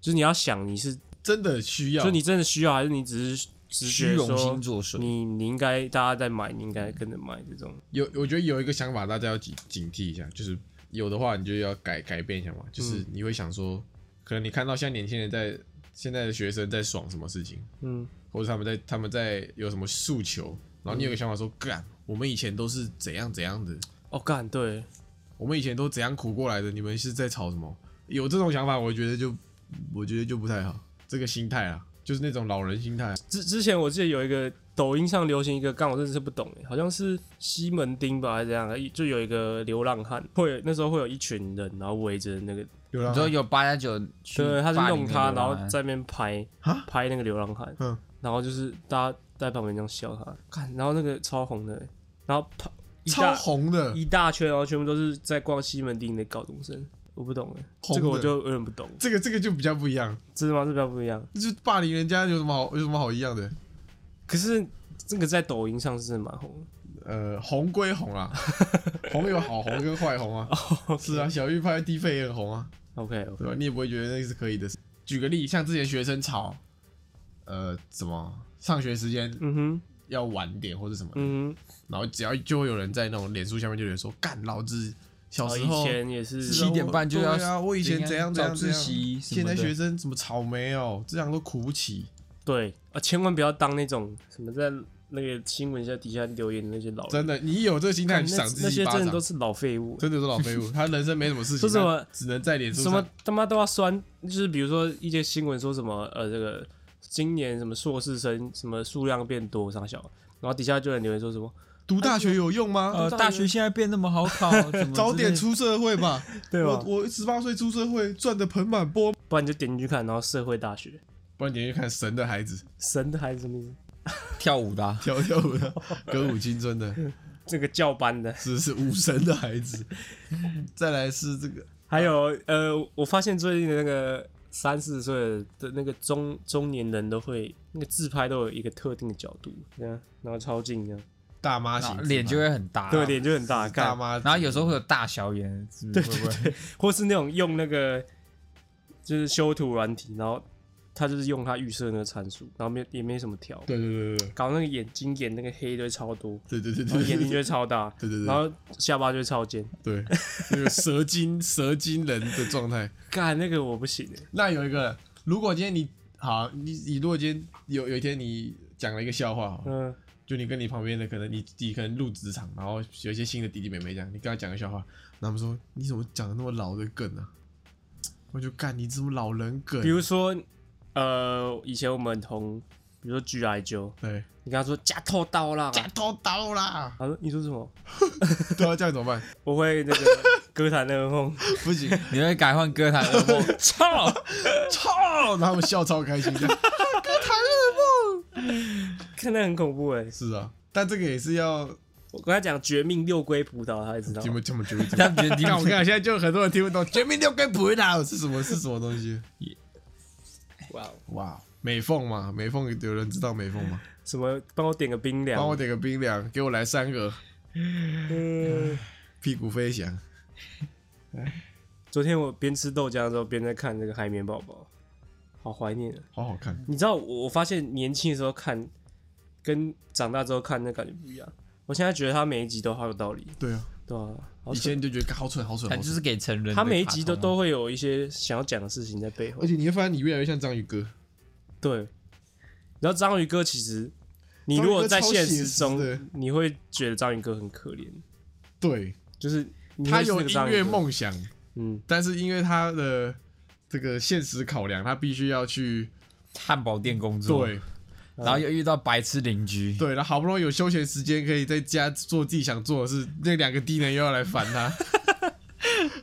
S4: 就是你要想你是，
S3: 真的需要，
S4: 就你真的需要，还是你只是直
S2: 虚
S4: 觉
S2: 荣
S4: 说
S2: 心。作祟。
S4: 你你应该大家在买，你应该跟着买这种。
S3: 有，我觉得有一个想法大家要警警惕一下，就是有的话你就要改改变一下嘛，
S4: 嗯
S3: 就是你会想说，可能你看到现在年轻人在现在的学生在爽什么事情，
S4: 嗯，
S3: 或者他们在他们在有什么诉求，然后你有个想法说，干、我们以前都是怎样怎样的，
S4: 哦，干对，
S3: 我们以前都怎样苦过来的，你们是在吵什么？有这种想法，我觉得就我觉得就不太好，这个心态啊，就是那种老人心态啊、
S4: 之之前我记得有一个抖音上流行一个，干我真的是不懂欸，好像是西门町吧，还是怎样的，一就有一个流浪汉，会有那时候会有一群人，然后围着那个，
S3: 流
S2: 你
S3: 浪
S2: 说
S3: 汉
S2: 有八加九去
S4: 对，他是
S2: 霸凌
S4: 弄
S2: 那个
S4: 他，
S2: 吗
S4: 然后在那边拍
S3: 啊
S4: 拍那个流浪汉，
S3: 嗯
S4: 然后就是大家在旁边这样笑他，看，然后那个超红的欸，然后啪一
S3: 超
S4: 大
S3: 红的，
S4: 一大圈，然后全部都是在逛西门町的高中生，我不懂哎，
S3: 红
S4: 这个我
S3: 的
S4: 就有点不懂，
S3: 这个这个就比较不一样，
S4: 真的吗？这比较不一样。
S3: 就是霸凌人家有什么好有什么好一样的？
S4: 可是这个在抖音上是真的蛮红的。
S3: 呃，红归红啊， 红有好红跟坏 红啊。
S4: 哦
S3: 是啊，小玉拍低配也很红啊，
S4: OK OK，
S3: 对吧？你也不会觉得那是可以的事。举个例，像之前学生吵，呃，怎么上学时间
S4: 嗯哼，
S3: 要晚点或者什么的，
S4: 嗯
S3: 然后只要就会有人在那种脸书下面就有人说，干老子小
S4: 哦
S3: 时
S4: 以
S3: 候
S4: 前也是
S2: 七点半就要
S3: 对啊，我以前怎样怎样
S2: 早
S3: 怎
S2: 自
S3: 样
S2: 习什
S3: 现
S2: 么
S3: 在
S2: 的
S3: 学生什么草莓哦，这样都苦不起。
S4: 对啊，千万不要当那种什么在那个新闻下底下留言的那些老人，
S3: 真的，你有这个心态，
S4: 看
S3: 你
S4: 那
S3: 赏自
S4: 那
S3: 己一
S4: 些
S3: 巴
S4: 真
S3: 掌
S4: 的都，是老废物，
S3: 真的是老废 物。他人生没什么事情，
S4: 说什么
S3: 他只能在脸书
S4: 什
S3: 上
S4: 么他妈都要酸，就是比如说一些新闻说什么呃这个今年什么硕士生什么数量变多上小，然后底下就有人留言说什么
S3: 读大学有用吗？
S2: 呃，大学现在变那么 好考，怎么
S3: 早
S2: 之类
S3: 点
S2: 的
S3: 出社会吧。
S4: 对啊
S3: 我
S4: 吧？
S3: 我十八岁出社会赚的盆满钵，
S4: 不然你就点进去看，然后社会大学
S3: 不然你去看神的孩子
S4: 神的还是什么意思？
S2: 跳舞的啊、
S3: 跳跳舞的，歌舞青春的，
S4: 这个教班的，
S3: 是是武神的孩子。 再来是这个
S4: 还有呃，我发现最近的那个三四十岁的那个中中年人都会那个自拍都有一个特定的角度，这样然后超近这样，
S3: 大妈
S2: 然后
S3: 型，
S2: 啊脸就会很大、
S4: 对，脸就很大，
S3: 大
S4: 看，
S3: 妈，
S2: 然后有时候会有大小眼，是不是会不会？
S4: 或是那种用那个就是修图软体，然后他就是用他预设那个参数，然后没也没什么调，
S3: 对对对对
S4: 搞那个眼睛眼那个黑就会超多，
S3: 对对对
S4: 然后
S3: 对
S4: 眼睛
S3: 对
S4: 就会超大，
S3: 对对对
S4: 然后下巴就会超尖，
S3: 对，那个蛇精蛇精人的状态。
S4: 干那个我不行欸，
S3: 那有一个，如果今天你好，你你如果今天有有一天你讲了一个笑话好了，
S4: 嗯，
S3: 就你跟你旁边的可能你你可能入职场，然后有一些新的弟弟妹妹这样，你跟他讲个笑话，然后他们说你怎么讲的那么老的梗啊？我就干你这么老人梗
S4: 比，如说呃，以前我们同比如说 G I 九。
S3: 对，
S4: 你跟他说加偷刀啦，
S3: 假头刀啦，
S4: 他说你说什么？
S3: 对啊，这样怎么办？
S4: 我会那个歌坛的梦，
S3: 不行，
S2: 你会改换 歌坛噩梦，
S4: 操！
S3: 操！然后他们笑超开心的，
S4: 看那很恐怖哎、
S3: 是啊，但这个也是要
S4: 我跟他讲《绝命六龟葡萄》，他才知道
S3: 怎。么怎么决定。
S2: 他们觉得你
S3: 看我跟 你讲，现在就很多人听不懂“绝命六根葡萄”是什么是什么东西。
S4: 哇哦，
S3: 哇，美凤嘛，美凤有人知道美凤吗？
S4: 什么？帮我点个冰凉。
S3: 帮我点个冰凉，给我来三个
S4: 嗯
S3: 屁股飞翔。
S4: 昨天我边吃豆浆的时候，边在看这个《海绵宝宝》，好怀念啊！
S3: 好好看。
S4: 你知道我我发现年轻的时候看，跟长大之后看那感觉不一样。我现在觉得他每一集都好有道理，
S3: 对啊，
S4: 对啊，好
S3: 以前你就觉得好蠢，好蠢，
S2: 他
S3: 好
S2: 就
S3: 蠢。
S2: 是给成人的卡通啊。
S4: 他每一集都都会有一些想要讲的事情在背后
S3: 而。且你会发现你越来越像章鱼哥。
S4: 对，然后章鱼哥其实，你
S3: 章鱼
S4: 如果
S3: 哥
S4: 在
S3: 超
S4: 现
S3: 写
S4: 实
S3: 实
S4: 中
S3: 的，
S4: 你会觉得章鱼哥很可怜，
S3: 对，
S4: 就是你
S3: 他
S4: 会是
S3: 有
S4: 那个
S3: 音
S4: 章鱼
S3: 乐
S4: 哥，
S3: 梦想，
S4: 嗯，
S3: 但是因为他的这个现实考量，他必须要去
S2: 汉堡店工作，，
S3: 对
S2: 然后又遇到白痴邻居，
S3: 对，然后好不容易有休闲时间，可以在家做自己想做的事，那两个低能又要来烦他。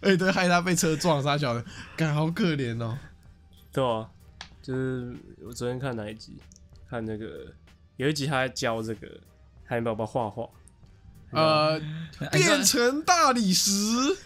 S3: 哎，对，害他被车撞，傻小的，感好可怜哦。
S4: 对啊，就是我昨天看哪一集，看那个有一集他在教这个海绵宝宝画画，
S3: 呃，
S2: 哎你
S3: 变
S2: 说
S3: 成大理石，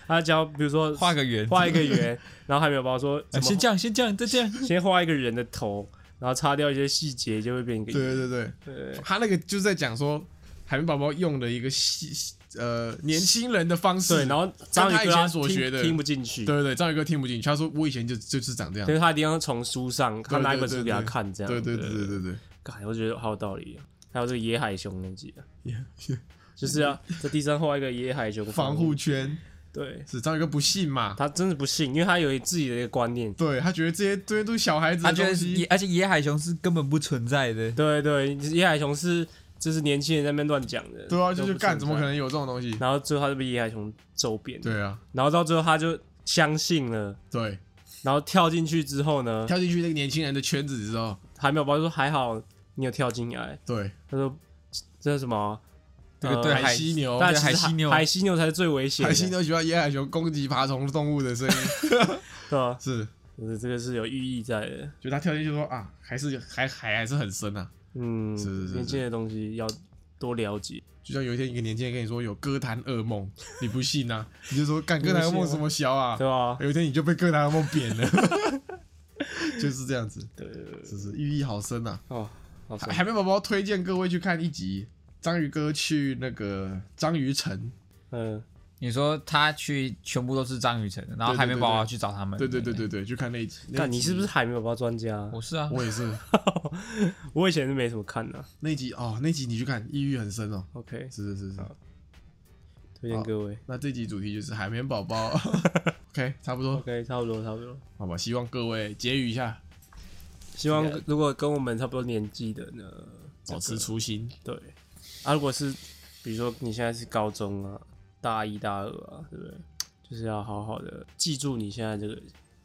S4: 他教比如说
S2: 画个圆，
S4: 画一个圆，然后海绵宝宝说
S2: 哎，
S4: 怎么
S2: 先这样，先这样，再这样。
S4: 先画一个人的头，然后擦掉一些细节就会变一个圆，
S3: 对对对，
S4: 对，
S3: 他那个就是在讲说，海绵宝宝用的一个西呃年轻人的方式，
S4: 对，然后章鱼
S3: 他以
S4: 哥
S3: 前
S4: 他
S3: 所
S4: 听
S3: 学的
S4: 听不进去，
S3: 对对对，章鱼哥听不进去，他说我以前就就是长这样
S4: 所，以他一定要从书上，他
S3: 对
S4: 拿一
S3: 对
S4: 本书
S3: 对
S4: 给他
S3: 对
S4: 看，这样。
S3: 对对对对对对，
S4: 干，我觉得好有道理、啊。还有这个野海熊那集、啊，
S3: Yeah，
S4: 就是要在地上画一个野海熊
S3: 嗯防护。圈
S4: 对，
S3: 是章鱼哥不信嘛，
S4: 他真的不信，因为他有自己的一个观念。
S3: 对他觉得这些这些都是小孩子
S2: 他
S3: 的
S2: 觉得
S3: 东
S2: 是野，
S3: 西，
S2: 而且野海熊是根本不存在的。
S4: 对对，野海熊是就是年轻人在那边乱讲的。
S3: 对啊，
S4: 都
S3: 就是
S4: 不
S3: 干
S4: 存
S3: 怎么可
S4: 在？
S3: 能有这种东西？
S4: 然后最后他就被野海熊揍扁。，
S3: 对啊，
S4: 然后到最后他就相信了，
S3: 对，
S4: 然后跳进去之后呢，
S3: 跳进去那个年轻人的圈子之后，
S4: 海绵宝宝说还好你有跳进来。
S3: 对，
S4: 他说这是什么啊？
S2: 这个
S4: 呃
S2: 对
S3: 哦海犀牛，
S4: 但
S2: 对
S4: 其实
S2: 海犀牛
S4: 海犀牛才是最危险的。
S3: 海犀牛喜欢野海熊攻击爬虫动物的声音，
S4: 对啊，
S3: 是，
S4: 就是这个是有寓意在的。
S3: 就他跳进去说啊，还是还还还是很深啊。
S4: 嗯，
S3: 是是是
S4: 年轻人的东西要多了解。
S3: 就像有一天一个年轻人跟你说有歌坛噩 梦，你不信啊？你就说干歌坛噩梦什么小啊？
S4: 对吧？
S3: 有一天你就被歌坛噩梦扁 了，就是这样子，
S4: 对对对，
S3: 只是寓意好深啊！
S4: 哦，好爽
S3: 海绵宝宝推荐各位去看一集，章鱼哥去那个章鱼城，
S4: 嗯，
S2: 你说他去全部都是章鱼城，然后
S3: 对对
S2: 海绵宝宝去找他
S4: 哎
S2: 们。
S3: 对对对对对，去看那一集。那
S4: 看
S3: 一
S4: 你
S3: 集
S4: 是不是？海绵宝宝专家 啊？
S2: 我是啊，
S3: 我也 是，
S4: 我以前是没什么看的。
S3: 那一集哦，那一集你去看，抑郁很深哦。
S4: OK，
S3: 是是是是，
S4: 推荐各位。
S3: 那这集主题就是海绵宝 宝，OK，差不多，
S4: OK，差不多，差不多。
S3: 好吧，希望各位结语一下，
S4: 希望如果跟我们差不多年纪的呢，
S3: 保持初心。
S4: 对啊，如果是比如说你现在是高中啊，大一大二啊，对不对？就是要好好的记住你现在这个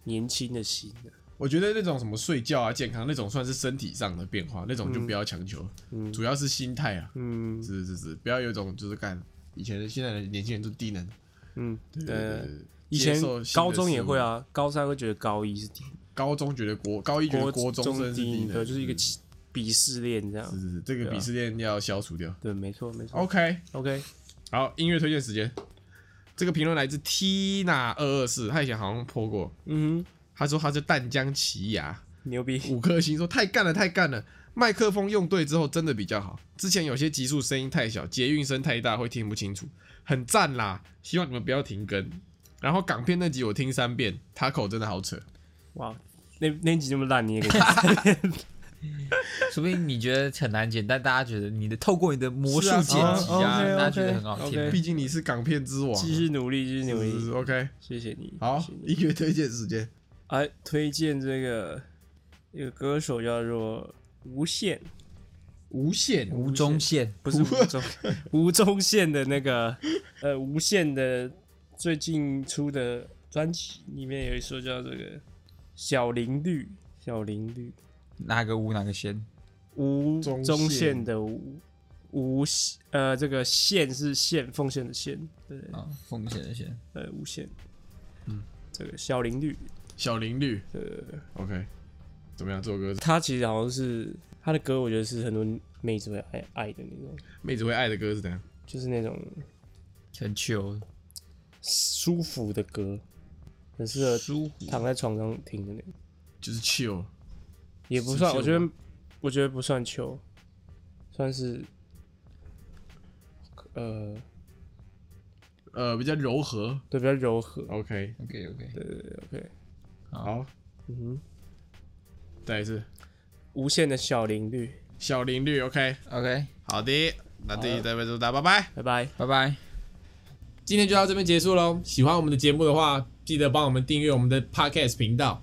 S4: 年轻的心啊、
S3: 我觉得那种什么睡觉啊、健康那种算是身体上的变化，那种就不要强求，
S4: 嗯
S3: 主要是心态啊，
S4: 嗯
S3: 是是是，不要有一种就是干以前的现在的年轻人都低能，
S4: 嗯，
S3: 对对对
S4: 对
S3: 对。对
S4: 以前
S3: 接受新的
S4: 高中也
S3: 事物
S4: 会，啊，高三会觉得高一是低，
S3: 高中觉得国高一觉得国中
S4: 中
S3: 生是低
S4: 低，
S3: 能，
S4: 对，就是一个歧鄙视链这样
S3: 是。是是，这个
S4: 对啊
S3: 鄙视链要消除掉。
S4: 对，没错，没错。
S3: OK，
S4: OK，
S3: 好，音乐推荐时间。这个评论来自 Tina 二二四，他以前好像破过，
S4: 嗯
S3: 他说他是淡江奇牙，
S4: 哼，牛逼。
S3: 五颗星说太干了，太干了。麦克风用对之后真的比较好，之前有些集数声音太小，捷运声太大会听不清楚，很赞啦！希望你们不要停更。然后港片那集我听三遍，他口真的好扯。
S4: 哇，那那集那么烂，你 也可以
S2: 说不定你觉得很难剪，但大家觉得你的透过你的魔术
S3: 是啊
S2: 剪辑啊，
S4: 哦，OK，OK，
S2: 大家觉得很好听
S4: OK。
S3: 毕竟你是港片之王啊，
S4: 继续努力，继续努
S3: 是是是
S4: 力。
S3: OK。
S4: 谢谢你，
S3: 好
S4: 谢谢，你
S3: 音乐推荐时间。
S4: 哎，推荐这个一个歌手叫做无限，
S3: 无限
S2: 吴宗宪，
S4: 不是吴宗 吴宗宪的那个呃无限的最近出的专辑里面有一首叫这个小林绿，小林绿
S2: 哪个吴哪个宪？
S4: 吴
S3: 宗
S4: 宗
S3: 宪
S4: 宪的吴无呃这个宪是献奉献的献，对
S2: 啊，奉献的宪。
S4: 呃无限，嗯，这个小林绿，
S3: 小林绿
S4: 对对对。
S3: ，OK，怎么样？这首歌是
S4: 他其实好像是他的歌，我觉得是很多妹子会爱爱的那种，
S3: 妹子会爱的歌是怎样？
S4: 就是那种
S2: 很 chill，
S4: 舒服的歌，很适合
S2: 舒服
S4: 躺在床上听的那种，
S3: 就是 chill，
S4: 也不算，
S3: 是
S4: 我
S3: 旧
S4: 觉
S3: 吗
S4: 得我觉得不算秋，算是呃，
S3: 呃，比较柔和。
S4: 对，比较柔和。
S3: OK，
S2: OK OK，
S4: 对对对，OK，
S3: 好，
S4: 嗯哼，
S3: 再一次
S4: 无限的小林绿，
S3: 小林绿。OK，
S2: OK，
S3: 好的，那这一代表就大家拜拜。
S4: 拜拜。
S2: 拜拜。
S1: 今天就到这边结束喽。喜欢我们的节目的话，记得帮我们订阅我们的 Podcast 频道，